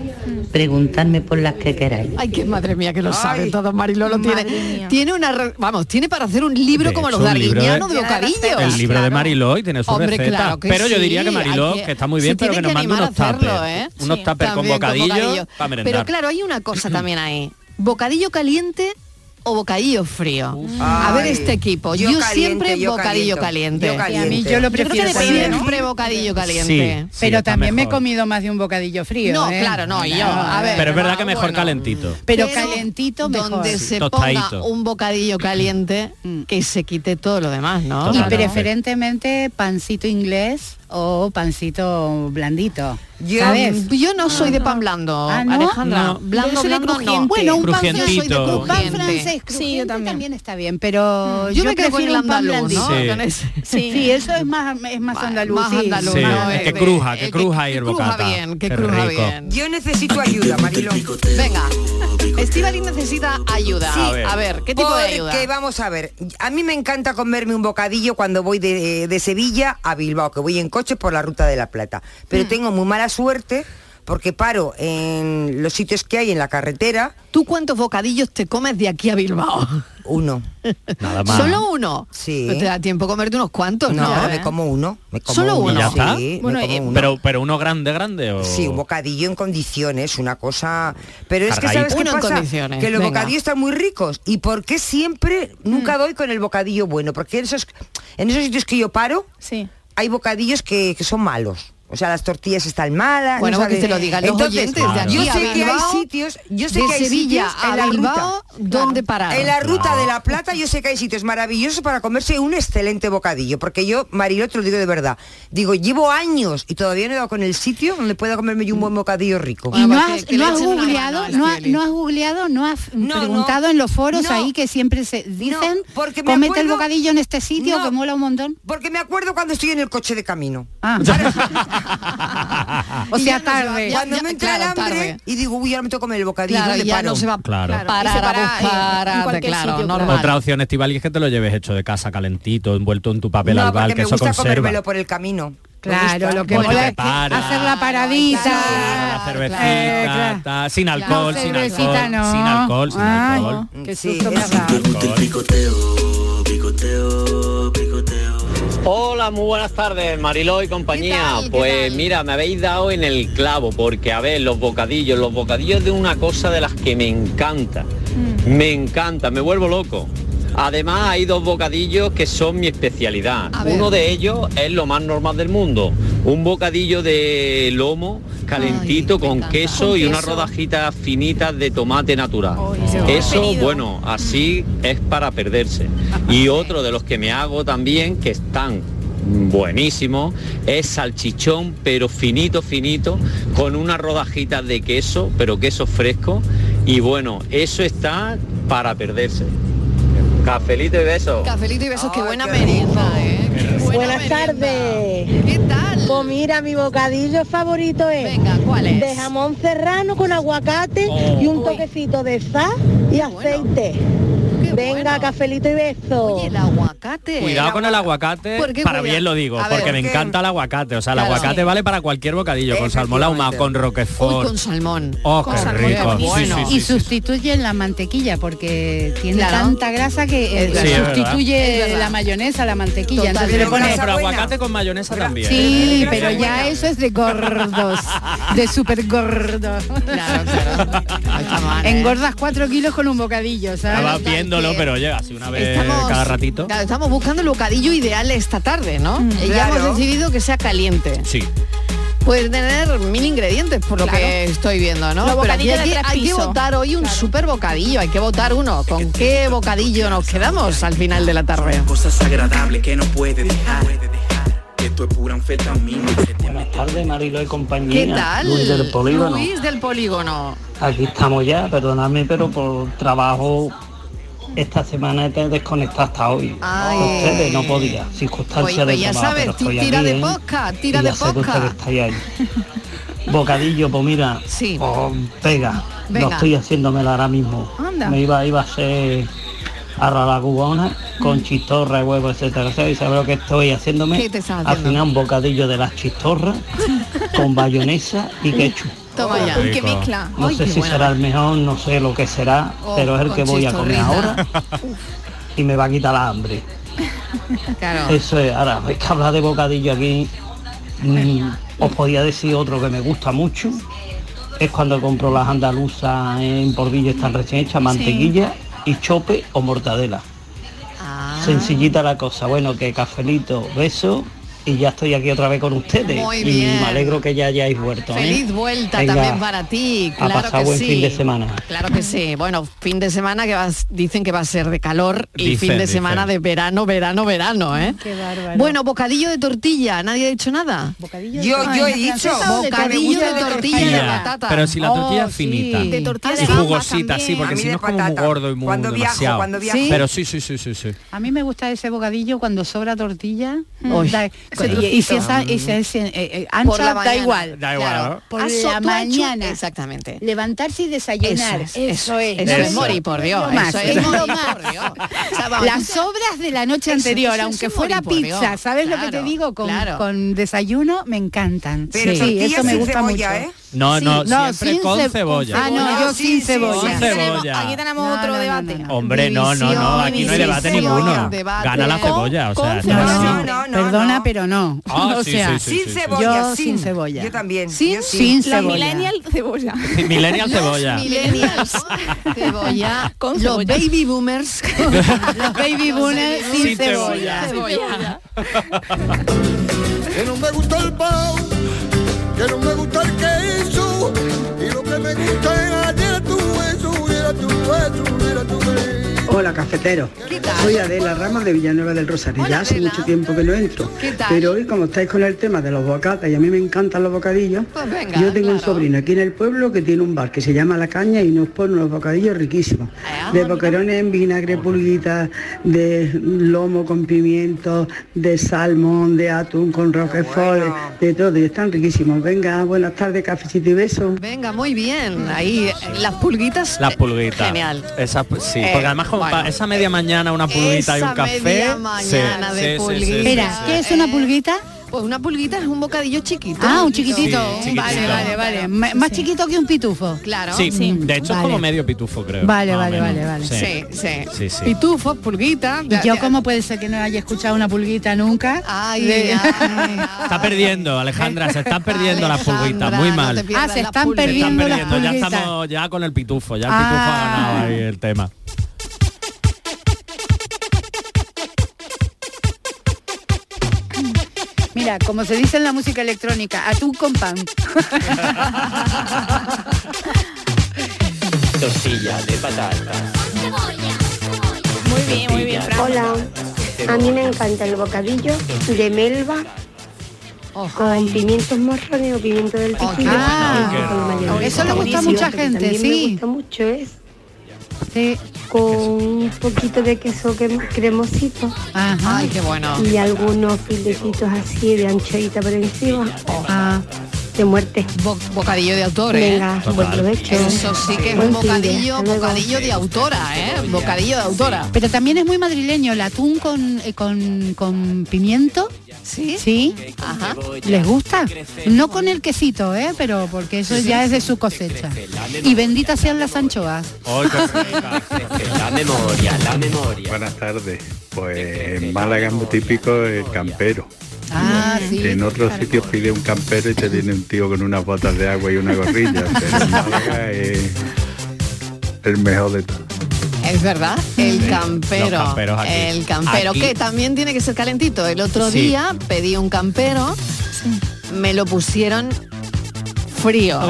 preguntadme por las que queráis.
Ay, que madre mía, que lo sabe
Ay,
todo, Mariló lo tiene. Tiene una, re- vamos, tiene para hacer un libro
De
como
hecho,
los
un libro
darguiñanos de,
de-
bocadillos.
El libro de Mariló y tiene su
Hombre,
receta.
claro que
pero yo diría que
sí,
Mariló,
hay que-
que está muy
se
bien, pero que
tienen
nos
que
manda unos
animar a
tapers.
hacerlo, ¿eh?
Unos tapers con
También
bocadillo
bocadillo.
para merendar.
Pero claro, hay una cosa también ahí. ¿Bocadillo caliente o bocadillo frío? A ver
Ay.
este equipo. Yo,
Yo caliente,
siempre
yo
bocadillo
caliento.
caliente.
Yo caliente. Y a mí yo lo
creo que
prefiero también, ¿no?
siempre bocadillo caliente.
pero también me he comido más de un bocadillo frío.
No,
¿eh?
claro, no, y yo, a ver.
pero es verdad que mejor calentito.
Pero calentito mejor. Mm.
Donde
Sí,
se
tostadito.
ponga un bocadillo caliente que se quite todo lo demás, ¿no?
Y preferentemente pancito inglés o pancito blandito.
Yo-
¿Sabes? Ah,
yo no soy de pan blando, Alejandra. Blando,
Yo soy de
blando no.
crujiente.
Bueno, un pan- yo soy de Crujientito.
Un pan
crujiente.
francés crujiente también. está bien, pero
Mm.
yo,
Yo me quedo con
prefiero
el
un pan
andaluz, ¿no?
blandito.
Sí. Con
ese.
Sí. Sí, eso es más, es más andaluz.
más
sí.
andaluz,
Sí,
no,
que
es de-
cruja, que
eh,
cruja ahí el bocata.
bien, que
Qué
cruja
rico.
bien.
Yo necesito ayuda, Mariló.
Venga, Estivali necesita ayuda.
Sí,
a, ver. ¿qué tipo de ayuda?
Porque vamos a ver, a mí me encanta comerme un bocadillo cuando voy de, de Sevilla a Bilbao, que voy en coche por la Ruta de la Plata. Pero
Mm.
tengo muy mala suerte porque paro en los sitios que hay en la carretera.
¿Tú cuántos bocadillos te comes de aquí a Bilbao?
Uno.
Nada
¿Solo uno?
Sí.
Pero te da tiempo comerte unos cuantos, ¿no? ¿eh?
No, me como uno. me como
¿Solo uno?
¿Y ya está?
Sí, me como uno.
Pero, pero uno grande, grande. O...
Sí, un bocadillo en condiciones, una cosa. Pero es que
Cargadito.
sabes qué
Uno en
pasa,
condiciones,
que los
venga.
bocadillos están muy ricos. ¿Y por qué siempre nunca
Mm.
doy con el bocadillo bueno? Porque en esos, en esos sitios que yo paro, hay bocadillos que, que son malos. O sea, las tortillas están malas.
Bueno,
no
que
sabe-
se lo digan los
Entonces,
oyentes de aquí
Yo
a
sé que hay
Bilbao,
sitios, yo sé
de
que hay
Sevilla
sitios
a
en la
Bilbao,
ruta.
¿dónde parar?
En la ruta de la plata yo sé que hay sitios maravillosos para comerse un excelente bocadillo, porque yo, Marilo, te lo digo de verdad, digo, llevo años y todavía no he dado con el sitio donde pueda comerme yo un buen bocadillo rico.
Y no has, no has googleado, no, ha- no has googleado, no has
no,
preguntado en los foros
no.
ahí que siempre se dicen,
porque me
comete el
acuerdo-
bocadillo en este sitio
No,
que mola un montón.
Porque me acuerdo cuando estoy en el coche de camino.
O
Y
sea,
ya no se va.
tarde.
Cuando
Ya-
me
ya-
entra
claro,
el hambre
tarde.
y digo, uy, ahora me tengo que comer el bocadillo.
Claro,
¿dónde
ya
paro?
no se va
Claro.
a parar
para,
a
eh, en
buscar, a-
cualquier
claro,
sitio, claro.
normal.
Otra opción, Estival, es que te lo lleves hecho de casa, calentito, envuelto en tu papel
No,
albal,
porque
que
me
eso
gusta
conserva.
comérmelo por el camino. Me
Claro,
gusta.
lo que
Porque
mola
te
es que
para.
hacer la paradita.
La cervecita,
Eh, claro.
ta, sin alcohol,
No,
sin
cervecita
alcohol,
no.
sin alcohol, sin
Ay,
alcohol.
Qué susto me ha dado.
Picoteo, picoteo, picoteo.
Hola, muy buenas tardes, Mariló y compañía. Pues mira, me habéis dado en el clavo, porque a ver, los bocadillos, los bocadillos de una cosa de las que me encanta. Me encanta, me vuelvo loco. Además hay dos bocadillos que son mi especialidad.
A ver.
Uno de ellos es lo más normal del mundo. Un bocadillo de lomo calentito con queso
Con
y unas
queso.
rodajitas finitas de tomate natural.
se lo he
Eso,
pedido.
bueno, así es para perderse. Y otro de los que me hago también, que están buenísimos, es salchichón, pero finito, finito, con unas rodajitas de queso, pero queso fresco. Y bueno, eso está para perderse. Cafelito y besos.
Cafelito y besos, qué buena merienda, ¿eh?
Buenas tardes.
¿Qué tal?
Pues mira, mi bocadillo favorito es de jamón serrano con aguacate
Oh.
y un toquecito de sal y aceite. Venga, cafelito y beso. el
aguacate.
Cuidado con el aguacate,
¿Por qué
para
cuidado?
bien lo digo,
A ver,
porque
¿por
me
qué?
encanta el aguacate. O sea, el
Claro.
aguacate vale para cualquier bocadillo, con salmón ahumado, con roquefort.
Uy, con salmón.
Oh,
Con
qué
salmón,
rico.
qué
Sí,
bueno.
sí, sí,
y
sí.
sustituyen la mantequilla porque tiene
Claro.
tanta grasa que eh,
Sí, es verdad.
sustituye la mayonesa, la mantequilla. Entonces le
Bueno,
pones-
pero aguacate con mayonesa también.
Sí,
¿eh?
pero
Sí.
ya eso es de gordos, de súper gordos.
¿eh?
Engordas cuatro kilos con un bocadillo, ¿sabes?
Estaba viéndolo, pero llega así una vez cada ratito.
Claro, estamos
Mm,
buscando el bocadillo ideal esta tarde, ¿no? Y Ya
claro.
hemos decidido que sea caliente.
Sí.
Puede tener mil ingredientes, por lo
Claro.
que estoy viendo, ¿no?
Los
Pero aquí
bocadillos
hay,
de
que-
tres
hay que
pisos.
votar hoy un super bocadillo, hay que votar uno. ¿Con qué bocadillo nos quedamos al final de la tarde?
Cosas agradables que no puede dejar. Esto es pura anfetamina. Buenas tardes, Marilo y compañía.
¿Qué tal?
Luis del Polígono.
Luis del polígono.
Aquí estamos ya, perdonadme, pero por trabajo esta semana te desconectado hasta hoy.
Ay.
Ustedes no podía, circunstancias
Oye, pues
de
ya
trabajo,
sabes,
pero
tú
estoy
tira
aquí,
de
¿eh?
posca, tira
Y
de
ya sé que usted
posca.
está ahí. Bocadillo, pues mira, os pega.
Venga.
Lo estoy haciéndomela ahora mismo.
Anda.
Me iba, iba a hacer arroz a la cubana con chistorra, huevo, etcétera, etcétera. Y sabes lo que estoy haciéndome.
¿Qué te estás
Al
haciendo?
final un bocadillo de las chistorras con bayonesa y ketchup.
Toma ya.
Qué
Qué
rico.
mezcla.
No
Ay,
sé
qué
si
buena.
será el mejor, no sé lo que será,
Oh,
pero es el que
con
voy a comer
chistorrita.
ahora y me va a quitar la hambre. Eso es, ahora es que hablar de bocadillo aquí, mm, os podía decir otro que me gusta mucho, es cuando compro las andaluzas en porvillo están recién hechas, mantequilla y chope o mortadela.
Ah.
Sencillita la cosa, bueno, que cafelito, beso y ya estoy aquí otra vez con ustedes.
Muy
Y
bien.
me alegro que ya hayáis vuelto. ¿eh?
Feliz vuelta
Venga,
también para ti,
a
claro
pasar
que
buen
sí.
fin de semana.
Claro que sí. Bueno, fin de semana que vas- dicen que va a ser de calor y
Dicen,
fin de
dicen.
semana de verano, verano, verano, ¿eh? Bueno, bocadillo de tortilla, nadie ha dicho nada.
Yo- yo he dicho
bocadillo de tortilla de patata.
Pero si la tortilla
Oh,
es finita.
De tortilla
y
de gambas
jugosita, sí,
también.
porque
A mí
si
de
no es como muy
patata.
gordo y muy
Cuando viajo,
demasiado.
cuando viajo. ¿Sí?
Pero sí, sí, sí, sí, sí.
A mí me gusta ese bocadillo cuando sobra tortilla.
Mm.
Uy.
da-
Sí.
y, y si esa, y si es, eh, eh, ancha,
Por la
da
mañana.
igual.
Da igual, ¿no?
Por
Ah,
la
sotocho,
mañana.
Exactamente.
Levantarse y desayunar.
Eso
Eso, es.
es, eso es.
No
Eso es
me-
Mori, por Dios,
no más,
eso es
es lo
Mori,
más.
por Dios. O sea, vamos,
Las sobras de la noche
Eso,
anterior,
eso es
aunque
un
fuera
Mori, por
pizza,
Dios.
¿sabes lo que
Claro,
te digo? Con,
claro.
con desayuno me encantan.
Pero
sí,
tortilla
eso me
sin
gusta
cebolla,
mucho.
¿eh?
No,
Sí,
no,
no,
siempre
sin
con
cebo-
cebolla.
Ah, no, yo sin cebolla.
Con cebolla.
Aquí tenemos otro debate.
Hombre, no, no, no, aquí no hay debate
división,
ninguno.
debate.
Gana la cebolla, o sea,
No,
nada.
no, perdona, pero no.
Ah,
o
sí, sí,
sea,
sí, Sin sí, sí.
cebolla,
yo sin
sin.
cebolla.
Yo también. yo sí.
sin
Los
cebolla.
millennials cebolla.
Millennial cebolla.
millennials cebolla, los baby boomers, los baby boomers sin,
Sin
cebolla.
cebolla.
Cebolla.
Que no me gusta el pao, que no me gusta el queso, y lo que me gusta era ayer tu beso, era tu beso, era tu beso.
Hola cafetero, soy Adela Ramos de Villanueva del Rosario, ya hace mucho tiempo que no entro,
¿Qué tal?
pero hoy como estáis con el tema de los bocatas y a mí me encantan los bocadillos,
Pues venga,
yo tengo un sobrino aquí en el pueblo que tiene un bar que se llama La Caña y nos pone unos bocadillos riquísimos,
Ah,
de boquerones en vinagre, pulguitas, de lomo con pimiento, de salmón, de atún con roquefort, de todo, y están riquísimos. Venga, buenas tardes, cafecito y beso.
Venga, muy bien. Ahí eh, las pulguitas.
Las pulguitas.
Genial.
Esa, pues, sí,
Eh,
porque además con
bueno.
pa- esa media mañana una pulguita y un
Esa
café.
media
sí,
mañana de pulguita.
Espera, ¿qué es una pulguita?
Pues una pulguita es un bocadillo chiquito.
Ah, un chiquitito.
Sí,
un- vale,
chiquitito.
vale, vale. M- Más chiquito que un pitufo.
Claro.
Sí,
Mm,
de hecho es
vale.
como medio pitufo, creo.
Vale,
más o
vale,
menos.
vale, vale.
Sí,
sí.
sí. sí.
Pitufo, pulguita. ¿Y yo cómo puede ser que no haya escuchado una pulguita nunca? De-
Está perdiendo, Alejandra, se están perdiendo las pulguitas, muy mal.
ah, se están
Se están
perdiendo las
perdiendo, ya
pulguitas.
estamos ya con el pitufo, ya el
Ah.
pitufo ha ganado ahí el tema.
Mira, como se dice en la música electrónica, atún con pan.
Tortilla de patata.
Muy bien, muy bien, Fran.
Hola, a mí me encanta el bocadillo de melva
Oh.
con pimientos morrones o pimiento del piquillo.
Ah,
con
qué rico.
mayonesa.
Eso le gusta a
Lo
mucha
que
gente,
también
sí.
Me gusta mucho es con un poquito de queso crem- cremosito.
Ay, qué bueno.
Y algunos filetitos así de anchoita por encima.
Ah.
De muerte.
Bocadillo de autor, ¿eh?
Venga, buen provecho.
Eso sí que es un
Buen fin de,
bocadillo,
hasta luego.
bocadillo de autora, ¿eh? Bocadillo de autora.
Pero también es muy madrileño el atún con, eh, con, con pimiento.
Sí.
Sí.
Ajá.
¿Les gusta? No con el quesito, ¿eh? pero porque eso ya es de su cosecha. Y benditas sean las anchoas.
La memoria, la memoria.
Buenas tardes. Pues en Málaga es muy típico el campero.
Ah, sí.
en otros sitios pide un campero y te viene un tío con unas botas de agua y una gorrilla. Pero en Málaga es el mejor de todos.
Es verdad, el
Sí,
campero.
los camperos aquí.
El campero,
Aquí.
que también tiene que ser calentito. El otro
Sí.
día pedí un campero me lo pusieron frío.
no,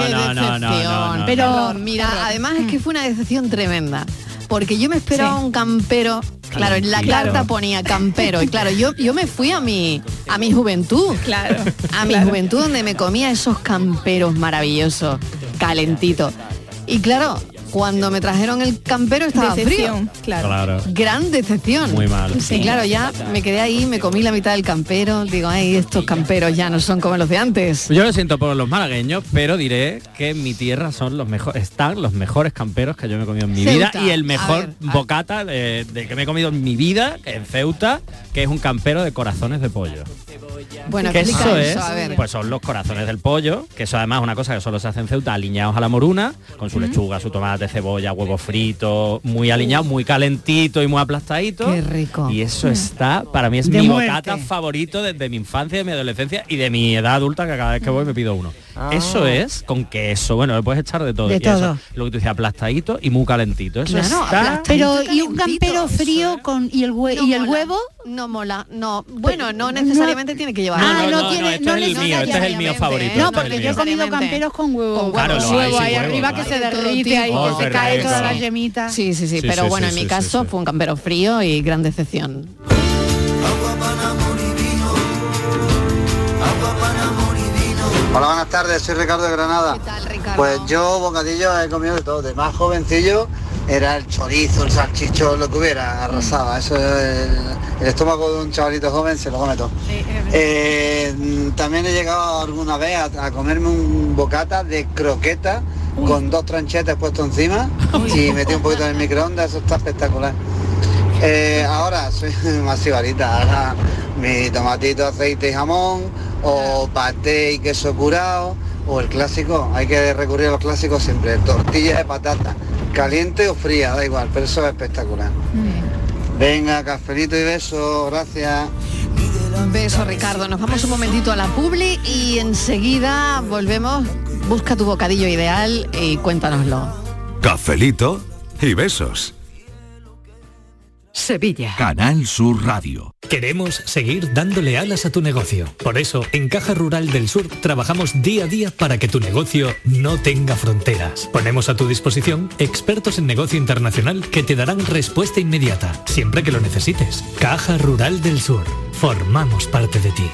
qué
no, no, no, no, no, no.
Pero mira, además es que fue una decepción tremenda. Porque yo me esperaba un campero. Claro, en la
Calentito.
carta ponía campero. Y claro, yo, yo me fui a mi, a mi juventud. Claro. A mi juventud donde me comía esos camperos maravillosos, calentitos. Y claro, cuando me trajeron el campero estaba
Decepción,
frío. Gran decepción.
Muy mal.
Sí, claro, ya me quedé ahí, me comí la mitad del campero. Digo, ay, estos camperos ya no son como los de antes.
Pues Yo lo siento por los malagueños, pero diré que en mi tierra son los mejores, están los mejores camperos que yo me he comido en mi
Ceuta,
vida y el
a
mejor
ver,
bocata de, de que me he comido en mi vida, que en Ceuta, que es un campero de corazones de pollo.
Bueno,
que
explica
eso es,
eso, a ver.
pues son los corazones del pollo, que eso además es una cosa que solo se hace en Ceuta, aliñados a la moruna, con su lechuga, su tomate, cebolla, huevo frito, muy aliñado, muy calentito y muy aplastadito.
Qué rico. Mm.
Y eso está, para mí es
De
mi
muerte.
bocata favorito desde mi infancia, de mi adolescencia y de mi edad adulta, que cada vez que voy me pido uno. Eso es con queso, bueno, le puedes echar de todo. y
De
eso,
todo.
lo que tú dices, aplastadito y muy calentito. Eso está-
pero y un campero frío con y el, hue- y el huevo
¿eh? No mola, no. Bueno, no necesariamente tiene que llevar.
Ah, no,
tiene-
este
no
es el
necesariamente.
mío, este es el mío
favorito,
No,
este es el
porque yo he
mío.
comido camperos con huevo.
Con
Claro,
huevo,
lo hay
huevo
sin
ahí
huevo,
arriba
claro.
que se derrite ahí,
Oh,
que
qué
se cae
rico.
toda la yemita. Sí, sí, sí,
Sí,
pero
sí,
bueno,
sí,
en
sí,
mi
sí,
caso fue un campero frío y gran decepción.
Hola, buenas tardes, soy Ricardo de Granada. Pues yo bocadillo he comido de todo, de más jovencillo era el chorizo, el salchichón, lo que hubiera, arrasaba. Eso es el, el estómago de un chavalito joven se lo come todo. Eh, mm, también he llegado alguna vez a, a comerme un bocata de croqueta con dos tranchetes puestos encima y metí un poquito en el microondas, eso está espectacular. Eh, ahora soy más sibarita, ahora mi tomatito, aceite y jamón, o paté y queso curado, o el clásico, hay que recurrir a los clásicos siempre, tortilla de patata, caliente o fría, da igual, pero eso es espectacular.
Mm.
Venga, cafelito y beso, gracias.
Un beso, Ricardo. Nos vamos un momentito a la publi y enseguida volvemos. Busca tu bocadillo ideal y cuéntanoslo.
Cafelito y besos.
Sevilla.
Canal Sur Radio.
Queremos seguir dándole alas a tu negocio. Por eso, en Caja Rural del Sur trabajamos día a día para que tu negocio no tenga fronteras. Ponemos a tu disposición expertos en negocio internacional que te darán respuesta inmediata, siempre que lo necesites. Caja Rural del Sur. Formamos parte de ti.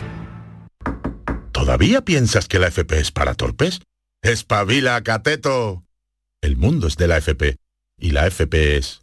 ¿Todavía piensas que la FP es para torpes? ¡Espabila, cateto! El mundo es de la FP y la FP es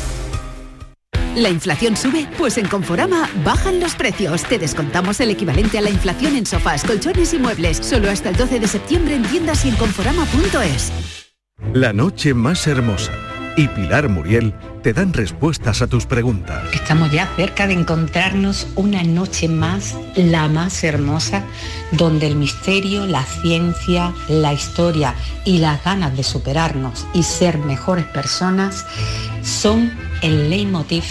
¿La inflación sube? Pues en Conforama bajan los precios. Te descontamos el equivalente a la inflación en sofás, colchones y muebles. Solo hasta el 12 de septiembre en tiendas y en conforama.es.
La noche más hermosa
y Pilar Muriel te dan respuestas a tus preguntas.
Estamos ya cerca de encontrarnos una noche más, la más hermosa, donde el misterio, la ciencia, la historia y las ganas de superarnos y ser mejores personas son el leitmotiv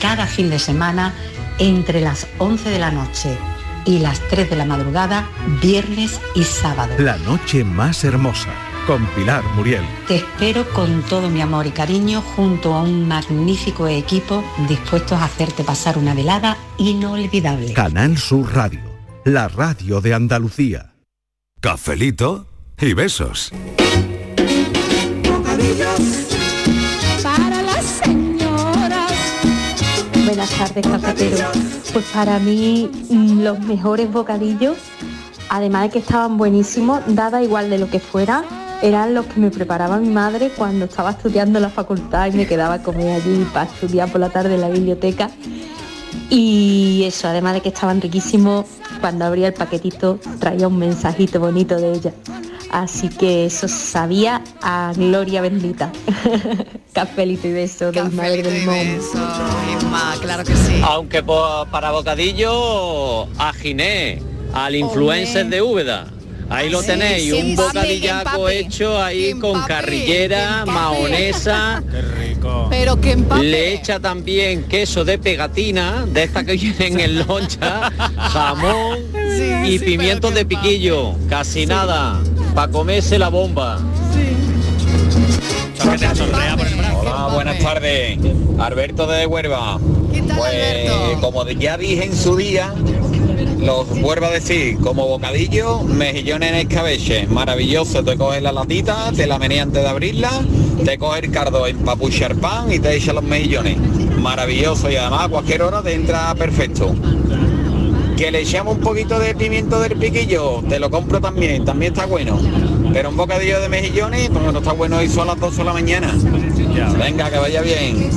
cada fin de semana entre las 11 de la noche y las 3 de la madrugada, viernes y sábado.
La noche más hermosa con Pilar Muriel.
Te espero con todo mi amor y cariño junto a un magnífico equipo dispuestos a hacerte pasar una velada inolvidable.
Canal Sur Radio, la radio de Andalucía.
Cafelito y besos.
Para las señoras.
Buenas tardes, cafetero. Pues para mí mm, los mejores bocadillos, además de que estaban buenísimos, dada igual de lo que fuera, eran los que me preparaba mi madre cuando estaba estudiando en la facultad y me quedaba a comer allí para estudiar por la tarde en la biblioteca. Y eso, además de que estaban riquísimos, cuando abría el paquetito traía un mensajito bonito de ella. Así que eso sabía a gloria bendita. Cafelito y beso del Ismael del Mon.
claro que sí.
Aunque po- para bocadillo, a Giné, al influencer de Úbeda. Ahí lo Sí, tenéis, sí, un sí. bocadillaco Empape, hecho ahí con carrillera, mahonesa. Qué rico.
Pero que empape.
Le echa también queso de pegatina, de esta que vienen en loncha, jamón y pimientos de piquillo. Casi nada, para comerse la bomba.
Hola, buenas tardes. Alberto de Huelva. Pues, como de- ya dije en su día, los vuelvo a decir, como bocadillo, mejillones en escabeche. Maravilloso, te coges la latita, te la meneas antes de abrirla, te coges el cardo en papuchar pan y te echas los mejillones. Maravilloso y además a cualquier hora te entra perfecto. Que le echamos un poquito de pimiento del piquillo, te lo compro también, también está bueno. Pero un bocadillo de mejillones, pues no está bueno eso a las 2 de la mañana. Venga, que vaya bien.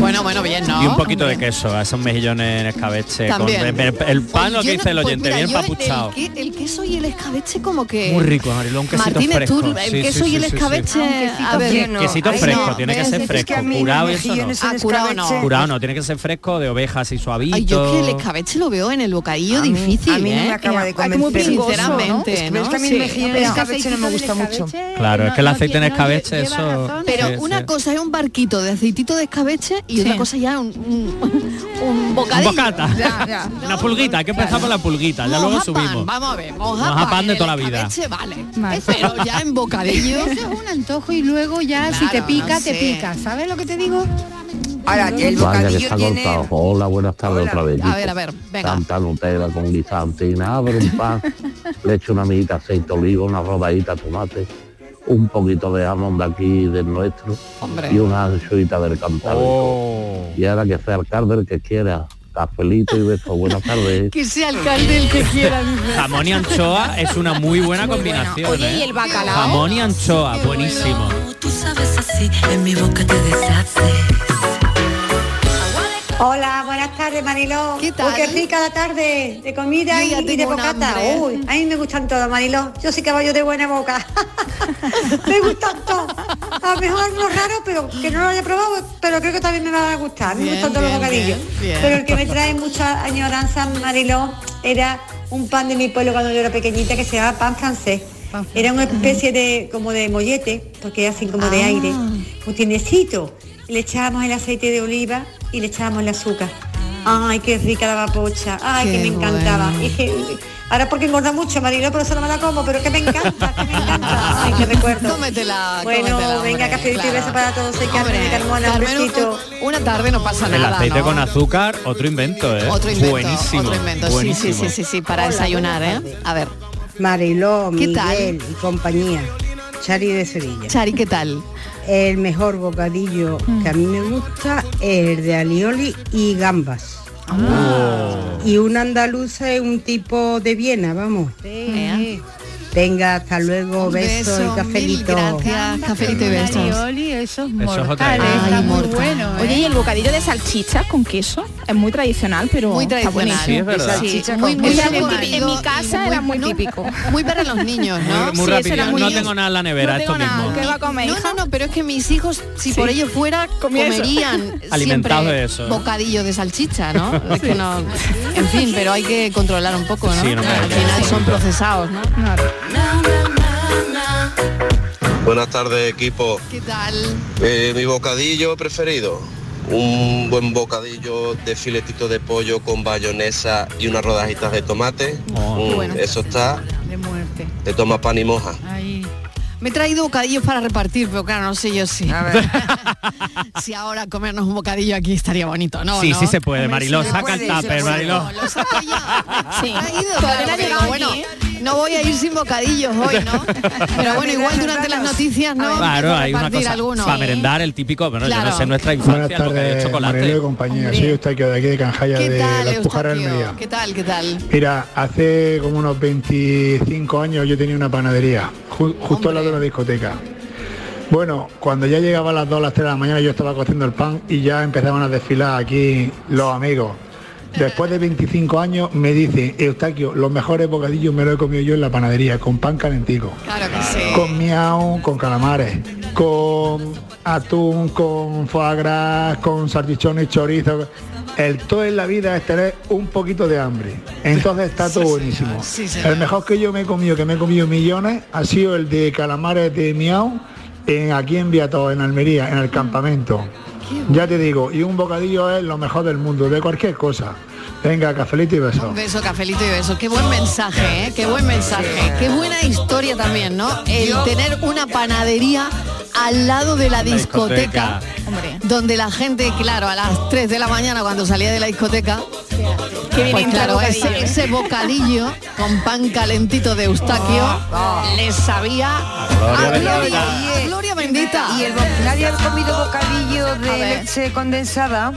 Bueno, bueno, bien, ¿no?
Y un poquito de queso, a esos mejillones en escabeche. con-
También.
el, el pan lo
Yo
que dice
no-
el
pues
oyente,
mira,
bien
yo el-
papuchado.
El, que- el queso y el escabeche como que...
Muy rico, Marilón, un quesito
Martínez,
fresco.
tú, el
Sí, sí,
queso
sí,
y el
sí, sí.
escabeche... A
Ah,
ver,
quesito
ahí
fresco,
no.
tiene que
¿Ves?
ser
Es
fresco.
a mí los
curado eso no.
mejillones en Ah, curado no. escabeche-
Curado no, tiene que ser fresco de ovejas y suavito.
Ay, yo que el escabeche lo veo en el bocadillo difícil,
a mí no
¿eh?
me acaba de
Ay, como
convencer.
Sinceramente,
Es que-
¿no?
es que a mí
Sí.
el mejillón en escabeche no me gusta mucho.
Claro, es que el aceite en escabeche, eso...
Pero
sí,
una
sí.
cosa es un barquito de aceitito de escabeche y otra cosa ya un, un, un bocadillo.
Un bocata. La pulguita, hay que empezar por la pulguita, ya luego
Moja
subimos.
pan, vamos a ver, moja,
Moja pan de
en
toda la
el
vida.
escabeche, Vale. Pero ya en bocadillo.
Eso es un antojo y luego ya si te
Claro,
pica,
no
te
sé.
pica. ¿Sabes lo que te digo?
Ahora, que el Vaya que bocadillo está tiene... cortado. Hola, buenas tardes otra vez. A ver, a ver, venga. Tanta Nutella con guisante y nada, pero un pan. le echo una amiguita de aceite de oliva, una rodadita de tomate, un poquito de jamón de aquí, del nuestro,
Hombre.
y una anchoita del Cantábrico. Y ahora que sea alcalde el que quiera, cafelito y beso. Buenas tardes.
Que sea alcalde el que quiera.
Jamón y anchoa es una muy buena combinación,
Oye,
¿eh?
¿y el bacalao?
Jamón y anchoa, buenísimo.
Tú sabes así, en mi boca te deshaces. Hola, buenas tardes, Mariló. ¿Qué tal? qué rica la tarde de comida
Yo ya
y, y de
tengo un
bocata.
hambre.
Uy, a mí me gustan todos, Mariló. Yo soy caballo de buena boca. me gustan todos. A lo mejor algo raro, pero que no lo haya probado, pero creo que también me va a gustar. Me Bien, gustan todos los bien, bocadillos. bien, bien. Pero el que me trae mucha añoranza, Mariló, era un pan de mi pueblo cuando yo era pequeñita que se llamaba pan francés. Era una especie de como de mollete, porque era así como de Ah. aire, un tiendecito. Y le echábamos el aceite de oliva y le echábamos el azúcar. Ay, qué rica la vapocha. Ay, Ah. Qué que me encantaba. Y que- ahora porque engorda mucho, Marilo, por eso no me la como, pero que me encanta, que me encanta. Ay, qué recuerdo.
Cómetela,
Bueno,
cómetela,
venga,
hombre,
cafelito y
claro.
beso para todos. Soy Carmen de Carmona, un
Carmen, un-
besito.
Una tarde no pasa
El
nada,
aceite
¿no?
con azúcar, otro invento, ¿eh?
Otro invento,
buenísimo.
otro invento. Sí, sí,
buenísimo.
sí, sí, sí, para
Hola,
desayunar, ¿eh? A ver.
Mariló,
¿Qué
Miguel
tal?
y compañía. Chari de Sevilla.
Chari, ¿qué tal? Mm.
El mejor bocadillo que a mí me gusta es el de alioli y gambas.
Ah.
Oh.
Y una andaluza es un tipo de Viena, vamos.
Vea.
Venga, hasta luego,
Un
beso,
beso,
y
mil
cafelito.
gracias, cafelito y besos.
Alioli, eso mortales,
Ay,
está muy
mortal.
bueno, ¿eh?
Oye, ¿y el bocadillo de salchicha con queso?
Es muy tradicional, pero
Muy tradicional.
Está
Sí, es
buenísimo.
verdad.
Sí,
Salchicha
muy,
con
muy
queso
típico.
curtido
En mi
y
casa
muy-
era muy
no,
típico.
Muy para los niños, ¿no?
Muy- muy
Sí,
rapidillo,
será muy-
no tengo nada en la nevera,
no
esto
tengo nada.
mismo.
¿Qué va a comer, No, no, no, pero es que mis hijos, si
Sí.
por ello fuera,
Comía eso.
comerían
Alimentados
siempre
de eso, ¿no?
bocadillo de salchicha, ¿no? Es que no- En fin, pero hay que controlar un poco, ¿no?
Sí, no me
Al
parece.
final son procesados, ¿no?
Buenas tardes, equipo.
¿Qué tal?
Eh, mi bocadillo preferido. Un buen bocadillo de filetito de pollo con bayonesa y unas rodajitas de tomate. Mm, eso está,
Oh, De muerte.
te toma pan y moja.
Me he traído bocadillos para repartir, pero claro, no sé yo si. A ver. si ahora comernos un bocadillo aquí estaría bonito, ¿no?
sí,
¿no?
sí se puede, Mariló.
se
Saca el
puede, se
tupper,
puede.
Mariló.
Lo saco ya.
Sí.
Ha ido,
Todavía
claro,
no ha
porque
llegado
digo, bueno, no voy a ir sin bocadillos hoy, ¿no? Pero bueno, igual durante las noticias no
Claro,
a
hay una
repartir
cosa.
alguno.
Para merendar el típico, bueno, yo
Claro.
no sé nuestra
Buenas
infancia, el bocadillo de
tardes, Mariló
chocolate.
y compañía. Soy Eustaquio de aquí de Canjaya de la Espujara Almería.
¿Qué tal, qué tal?
Mira, hace como unos 25 años yo tenía una panadería, ju- justo al lado de una discoteca. Bueno, cuando ya llegaba a las 2 o las 3 de la mañana yo estaba cociendo el pan y ya empezaban a desfilar aquí los amigos. Después de 25 años me dicen, Eustaquio, los mejores bocadillos me los he comido yo en la panadería, con pan calentico.
Claro que sí.
Con miau, con calamares, con atún, con foie gras, con salchichones, chorizo. El todo en la vida es tener un poquito de hambre. Entonces está todo buenísimo.
Sí, señor.
el mejor que yo me he comido, que me he comido millones, ha sido el de calamares de miau en, aquí en Viato, en Almería,
Ah.
en el campamento. Ya te digo, y un bocadillo es lo mejor del mundo, de cualquier cosa. Venga, cafelito y besos.
Un beso, cafelito y beso. Qué buen mensaje, ¿eh? Qué buen mensaje. Qué buena historia también, ¿no? El tener una panadería al lado de la discoteca. Donde la gente, claro, a las 3 de la mañana cuando salía de la discoteca,
bien
pues
entra el
claro, ese,
bocadillo, ¿eh?
ese bocadillo con pan calentito de Eustaquio
Ah,
le sabía
Gloria
a
bendita.
gloria,
Ah,
gloria bendita.
Y el bo- nadie ha comido bocadillo de leche condensada.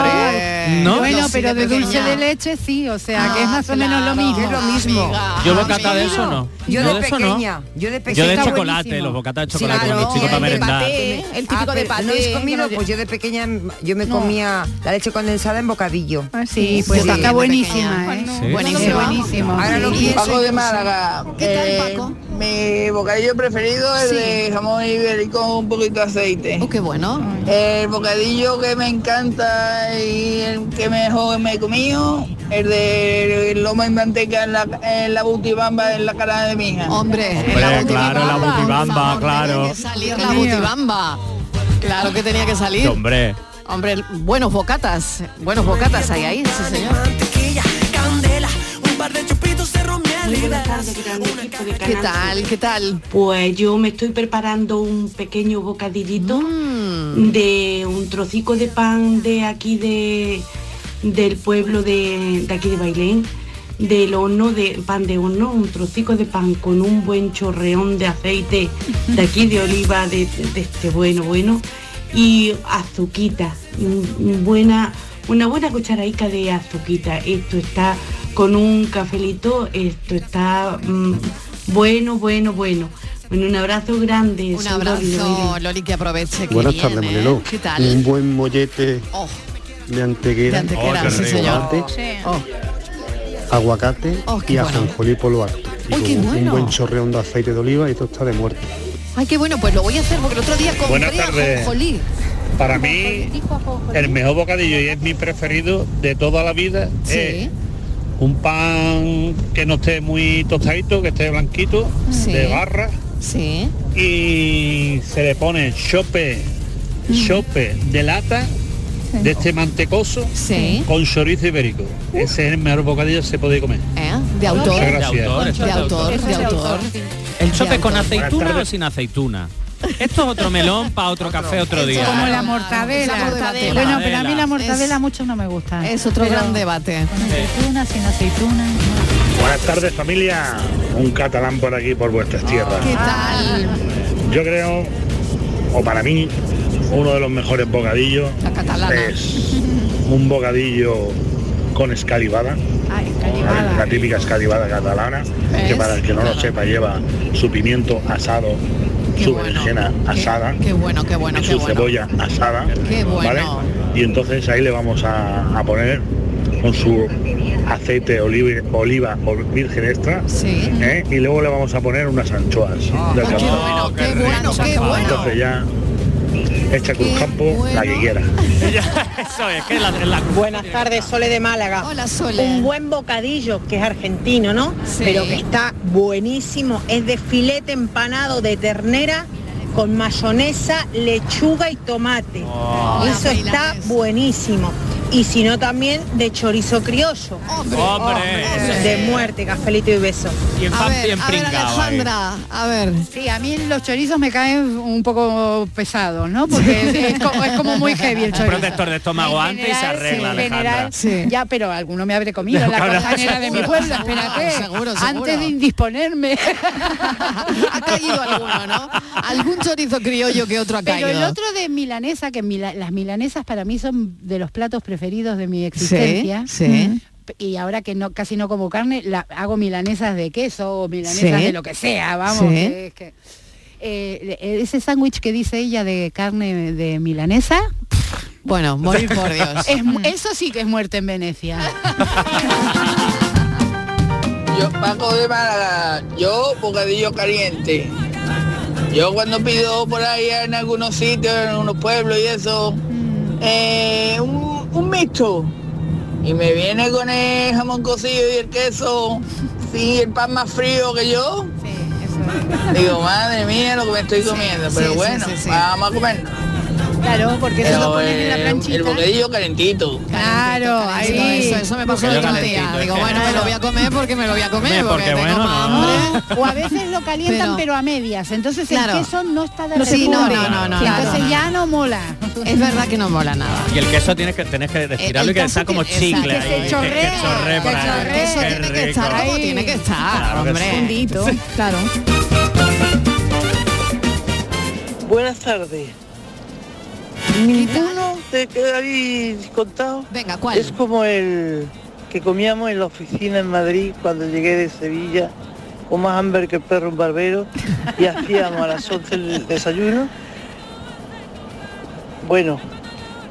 Hombre.
No.
Bueno,
No,
pero
sí,
de
de
dulce
pequeña. Ah,
de leche sí, o sea, que es más o menos lo mismo.
Es lo mismo.
Yo bocata de eso no.
Yo de
eso no.
pequeña, yo de
Yo de
pequeña.
chocolate,
Buenísimo.
los bocatas de
Sí,
chocolate
claro,
con los chicos para
el de
merendar.
paté,
el típico de
Ah, pero ¿No
paté,
habéis
que
comido?
no-
Pues yo de pequeña yo me
No.
comía la leche condensada en bocadillo.
sí, pues está buenísima, ¿eh?
Sí.
Buenísima. buenísimo.
Ahora lo
Sí.
pienso.
Paco de Málaga. Eh, mi bocadillo preferido es
Sí.
de jamón ibérico con un poquito de aceite.
qué bueno.
El bocadillo que me encanta y el que mejor me he comido, el de loma y manteca en la, en la butibamba en la cara de mi hija.
Hombre,
Hombre, claro, la butibamba, claro.
Salir la butibamba. Claro que tenía que salir.
Hombre.
Hombre, buenos bocatas, buenos bocatas hay ahí, sí señor. ¿Qué tal? ¿Qué tal?
Pues yo me estoy preparando un pequeño bocadillito
Mm.
de un trocico de pan de aquí de del pueblo de, de aquí de Bailén, del horno de pan de horno, un trocico de pan con un buen chorreón de aceite de aquí de oliva, de, de este bueno, bueno, y azuquita, un- un buena, una buena cucharadica de azuquita. Esto está con un cafelito, esto está mm, bueno, bueno, bueno. Bueno, un abrazo grande.
Un
soy Loli de
abrazo,
Bailén.
Loli, que aproveche que
Buenas
viene.
tardes,
¿eh?
Mariló.
¿Qué
Un
tal? Oh.
buen mollete de
De
antequera,
Antequera, sí, señor. Oh,
aguacate
Oh, qué
y
bueno.
ajonjolí por lo alto. Y
Uy, qué
con
bueno.
un buen chorreón de aceite de oliva y esto está de muerte.
Ay, qué bueno, pues lo voy a hacer porque el otro día
Buenas
compré
tardes.
ajonjolí.
Para mí, el mejor bocadillo y es mi preferido de toda la vida es un pan que no esté muy tostadito, que esté blanquito,
Sí.
de barra. Y se le pone chope,
Mm.
chope de lata de este mantecoso
Sí.
con chorizo ibérico. Ese es el mejor bocadillo que se puede comer.
¿eh? De
Muchas
autor.
gracias.
De autor, de autor.
Eso
de
es de
autor.
autor.
¿El chope
Bien,
con
entonces.
aceituna o
Buenas
sin aceituna? Esto es otro melón para otro café otro día. ¿eh?
Como la mortadela.
Esa mortadela.
Bueno, pero a mí la mortadela
Es-
mucho no me gusta.
Es otro
Pero
gran debate.
Con aceituna, sin aceituna.
Buenas tardes familia, un catalán por aquí, por vuestras tierras.
Ah.
¿Qué tal?
Yo creo, o para mí, uno de los mejores bocadillos
catalana.
es un bocadillo con escalivada,
Ah.
la típica escalivada catalana, que
¿Ves?
para el que no lo sepa lleva su pimiento asado, su berenjena asada,
Qué bueno, qué bueno,
y
qué
su
bueno.
cebolla asada,
Qué bueno.
¿vale? y entonces ahí le vamos a, a poner con su aceite oliva, oliva o virgen extra
Sí. Ah,
¿eh? y luego le vamos a poner unas anchoas del
qué
campo.
bueno, qué bueno, qué bueno.
entonces ya echa cruz campo la que quiera
Eso es, que la, la-
Buenas tardes, Sole de Málaga. Hola, Sole. Un buen bocadillo, que es argentino, ¿no?
Sí.
Pero que está buenísimo. Es de filete empanado de ternera con mayonesa, lechuga y tomate.
Oh.
Eso
La
está buenísimo. Y si no, también de chorizo criollo.
Hombre. Hombre.
De muerte, cafelito y beso.
Y
en
A ver, bien a ver, pringao ahí. Alejandra,
a ver.
Sí, a mí los chorizos me caen un poco pesados, ¿no? Porque es, como, es como muy heavy el
un
chorizo.
protector de estómago antes y se arregla,
en
Alejandra.
general, ya, pero alguno me habré comido en la
Claro.
costanera de mi
Seguro,
pueblo,
seguro,
espérate,
seguro, seguro.
antes de indisponerme.
Ha caído alguno, ¿no? Algún chorizo criollo que otro ha
Pero el
caído.
otro de milanesa, que mila- las milanesas para mí son de los platos preferidos de mi existencia.
sí.
Mm. Y ahora que no casi no como carne, la, hago milanesas de queso o milanesas
Sí.
de lo que sea, vamos.
Sí.
que es que- eh, ese sándwich que dice ella de carne de milanesa.
Bueno, morir por Dios.
es mu- eso sí que es muerte en Venecia.
Yo, Paco de Málaga, yo bocadillo caliente. Yo cuando pido por ahí en algunos sitios, en unos pueblos y eso,
Mm.
eh, un, un mixto. Y me viene con el jamón cocido y el queso, sí, el pan más frío que yo. Digo, madre mía lo que me estoy comiendo, pero
sí,
bueno,
sí, sí.
vamos a comer.
Claro, porque
Pero,
eso lo ponen en la
eh,
planchita.
El bocadillo calentito.
Claro,
Eso,
ahí.
eso, eso me pasó el otro día. Digo, bueno, me lo voy a comer porque me lo voy a comer, porque, tengo más hambre.
O a veces lo calientan
Pero-
pero, a medias, entonces
Claro.
el queso no está de
No, sí, no,
repumbe.
no, no, no,
Entonces
claro, no.
ya no mola.
Es verdad que no mola nada.
Y el queso tienes que tenés que estirarlo y que sea como chicle.
Exacto.
ahí,
Que se chorrea,
chorree por
que
ahí.
chorree. Eso
Qué
tiene que
rico.
estar como tiene que estar,
Claro que
hombre.
sí.
Fundito,
claro.
Buenas tardes. Ninguno de que habéis contado
Venga, ¿cuál?
es como el que comíamos en la oficina en Madrid cuando llegué de Sevilla, con más hambre que el perro un barbero, y hacíamos a las 11 el desayuno. Bueno,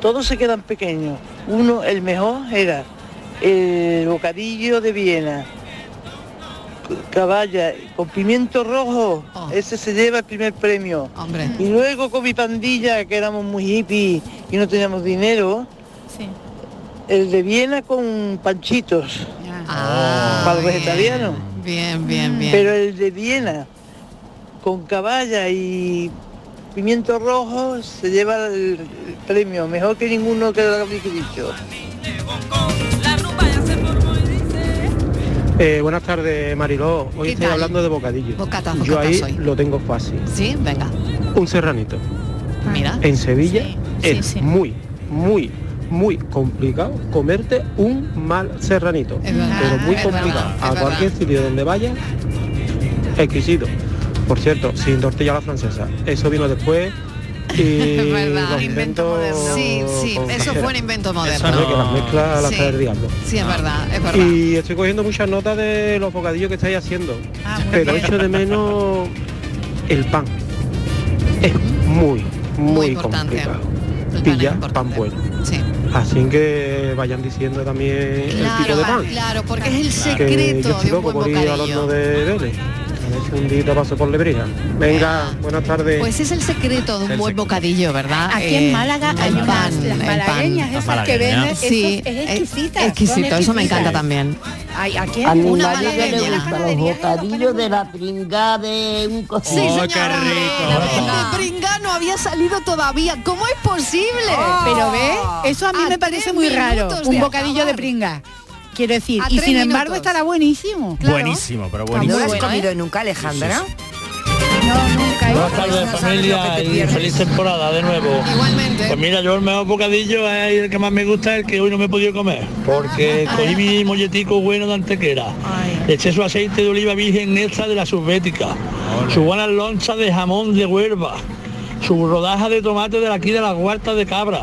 todos se quedan pequeños. Uno, el mejor, era el bocadillo de Viena, caballa, con pimiento rojo, ese se lleva el primer premio. Y luego con mi pandilla, que éramos muy hippies y no teníamos dinero, el de Viena con panchitos. para los vegetarianos.
Bien, bien, bien.
Pero el de Viena, con caballa y pimiento rojo, se lleva el el premio, mejor que ninguno que lo habéis dicho.
Eh, buenas tardes, Mariló. Hoy
¿Qué
estoy
tal?
hablando de bocadillo.
Bocata,
Yo
bocata
ahí
soy.
lo tengo fácil.
Sí, venga,
Un serranito.
mira.
En Sevilla es muy, muy, muy complicado comerte un mal serranito. pero muy
es
complicado.
verdad, es
A
verdad.
cualquier sitio donde vayas, exquisito. Por cierto, sin tortilla a la francesa. Eso vino después. Y
Es verdad.
los inventos
Sí, sí,
con
eso
cajera.
fue un invento moderno.
Sabe que las mezclas las
Sí.
trae el diablo.
Sí, es verdad, es verdad.
Y estoy cogiendo muchas notas de los bocadillos que estáis haciendo.
Ah,
pero echo de menos el pan. Es muy, muy, complicado. Pilla pan bueno.
Sí.
Así que vayan diciendo también el tipo de pan.
Claro, claro, porque es el
Que yo
secreto
estoy
de un
loco
buen
por ir al
bocadillo.
horno de Vélez. A ver si un día paso por Lebrija. Venga, buenas tardes.
Pues es el secreto de un
El
buen bocadillo, ¿verdad?
Aquí en Málaga
hay pan, las
malagueñas esas que venden, eso
sí, eh,
es
exquisita. Exquisito, eso me encanta también.
Ay, ¿a
quién?
A mi
Una
marido le
malagueña.
gustan los bocadillos de la pringada de un cocido.
Sí, señora. La de pringa no había salido todavía. ¿Cómo es posible?
Pero ve, eso a mí me parece muy raro,
Ah. minutos
un
de
bocadillo de pringa. Quiero decir,
A
y
tres
sin embargo
minutos.
estará buenísimo.
Buenísimo, pero
muy
buenísimo.
bueno, ¿eh?
nunca, Alejandra?
Buenas tardes familia y feliz temporada de nuevo.
Igualmente.
Pues mira, yo el mejor bocadillo es el que más me gusta, el que hoy no me he podido comer, porque cogí mi molletico bueno de antequera. Le eché su aceite de oliva virgen extra de la subbética, su buena loncha de jamón de Huelva, su rodaja de tomate de aquí de la huerta de cabra.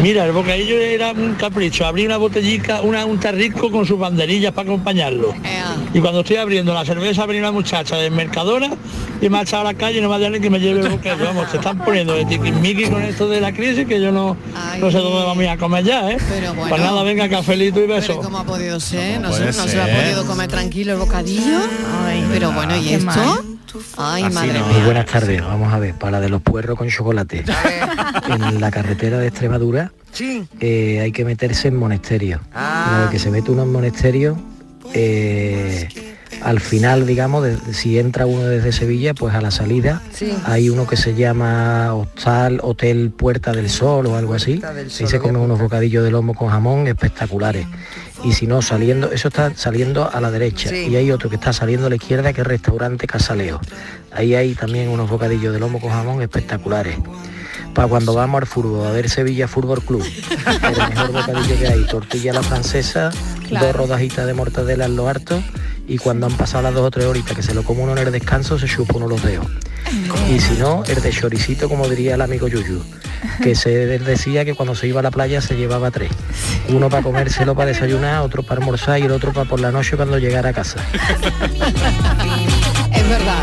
Mira, el bocadillo era un capricho, abrí una botellica, una, un tarrico con sus
Eh,
banderillas para acompañarlo. Y cuando estoy abriendo la cerveza, venía una muchacha de Mercadona y me ha echado a la calle y no me ha dado ni que me lleve el bocadillo. Vamos, se están poniendo de tiquismiqui con esto de la crisis que yo no, Ay. no sé dónde vamos a, ir a comer ya, ¿eh?
Pero bueno.
Pues nada, venga, cafelito y beso.
Pero ¿Cómo ha podido ser? No, se, no se lo ha podido comer tranquilo el bocadillo. Ay, pero bueno, ¿y esto? Mal. Ay,
Así
madre
no.
mía.
Muy buenas tardes, vamos a ver, para de los puerros con chocolate. en la carretera de Extremadura eh, hay que meterse en monasterios.
Ah.
Una vez que se mete uno en monasterio, eh, al final, digamos, de- si entra uno desde Sevilla, pues a la salida
Sí.
hay uno que se llama Hostal, Hotel Puerta del Sol o algo así.
Puerta del
Y
Sol,
se
lo voy a
comen unos bocadillos de lomo con jamón espectaculares. Y si no, saliendo, eso está saliendo a la derecha.
Sí.
Y hay otro que está saliendo a la izquierda, que es restaurante Casaleo. Ahí hay también unos bocadillos de lomo con jamón espectaculares. Para cuando vamos al fútbol, a ver Sevilla Fútbol Club. El mejor bocadillo que hay, tortilla a la francesa, dos rodajitas de mortadela en lo harto. Y cuando han pasado las dos o tres horitas que se lo come uno en el descanso, se chupa uno los dedos. Y si no, el de choricito, como diría el amigo Yuyu, que se él decía que cuando se iba a la playa se llevaba tres. Uno para comérselo para desayunar, otro para almorzar y el otro para por la noche cuando llegara a casa.
Es verdad.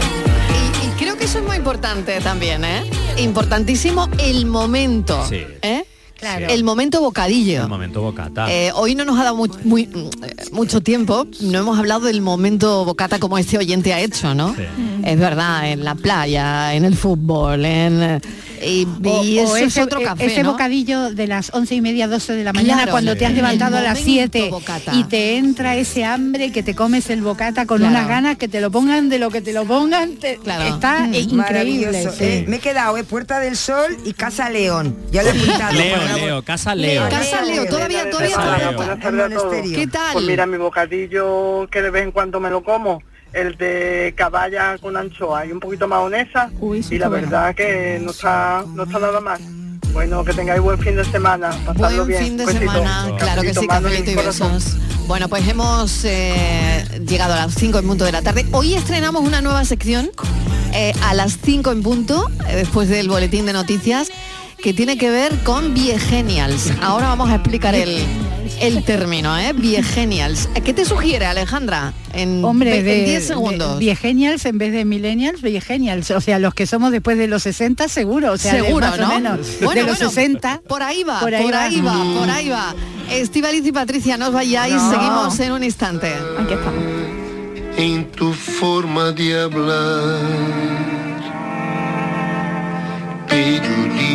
Y, y creo que eso es muy importante también, ¿eh? Importantísimo el momento.
Sí.
¿eh? El momento bocadillo.
El momento bocata.
Eh, hoy no nos ha dado mu- muy- mm, eh, mucho tiempo, no hemos hablado del momento bocata como este oyente ha hecho, ¿no? Es verdad, en la playa, en el fútbol, en... eh, Y, y eso es otro café,
e- ese
¿no?
bocadillo de las once y media, 12 de la mañana
Claro,
cuando
sí.
te has
El
levantado a las
momento
7
bocata.
y te entra ese hambre que te comes el bocata con
Claro.
unas ganas que te lo pongan de lo que te lo pongan, te- está e
Mm,
increíble.
maravilloso.
sí.
Eh, me he quedado, eh, Puerta del Sol y Casa León. Ya lo he apuntado.
Leo,
Bueno,
Leo, casa Leo.
Casa Leo, todavía, todavía,
todavía.
Buenas tardes a todos.
¿Qué tal?
Pues mira, mi bocadillo que de vez en cuando me lo como, el de caballa con anchoa y un poquito de mayonesa. y la verdad que no está, no está nada mal. Bueno, que tengáis buen fin de semana. Pasadlo
Buen
bien.
fin de
Besito.
semana, claro que
Cafelito,
sí,
mano en el
cafelito y
corazón.
besos. Bueno, pues hemos eh, llegado a las 5 en punto de la tarde. Hoy estrenamos una nueva sección eh, a las 5 en punto, eh, después del boletín de noticias, que tiene que ver con Viegenials. Ahora vamos a explicar el, el término, ¿eh? Viegenials. ¿Qué te sugiere, Alejandra? En,
Hombre,
en
de,
10
de-
segundos.
viegenials en vez de millennials, viegenials. O sea, los que somos después de los 60, seguro. O sea, de
Seguro,
más o
¿no?
menos.
Bueno,
de los
bueno,
60.
Por ahí va, por ahí, va, por ahí va.
Mm.
Estivaliz y Patricia, no os vayáis,
No.
seguimos en un instante. Aquí estamos.
en tu forma de hablar. Pero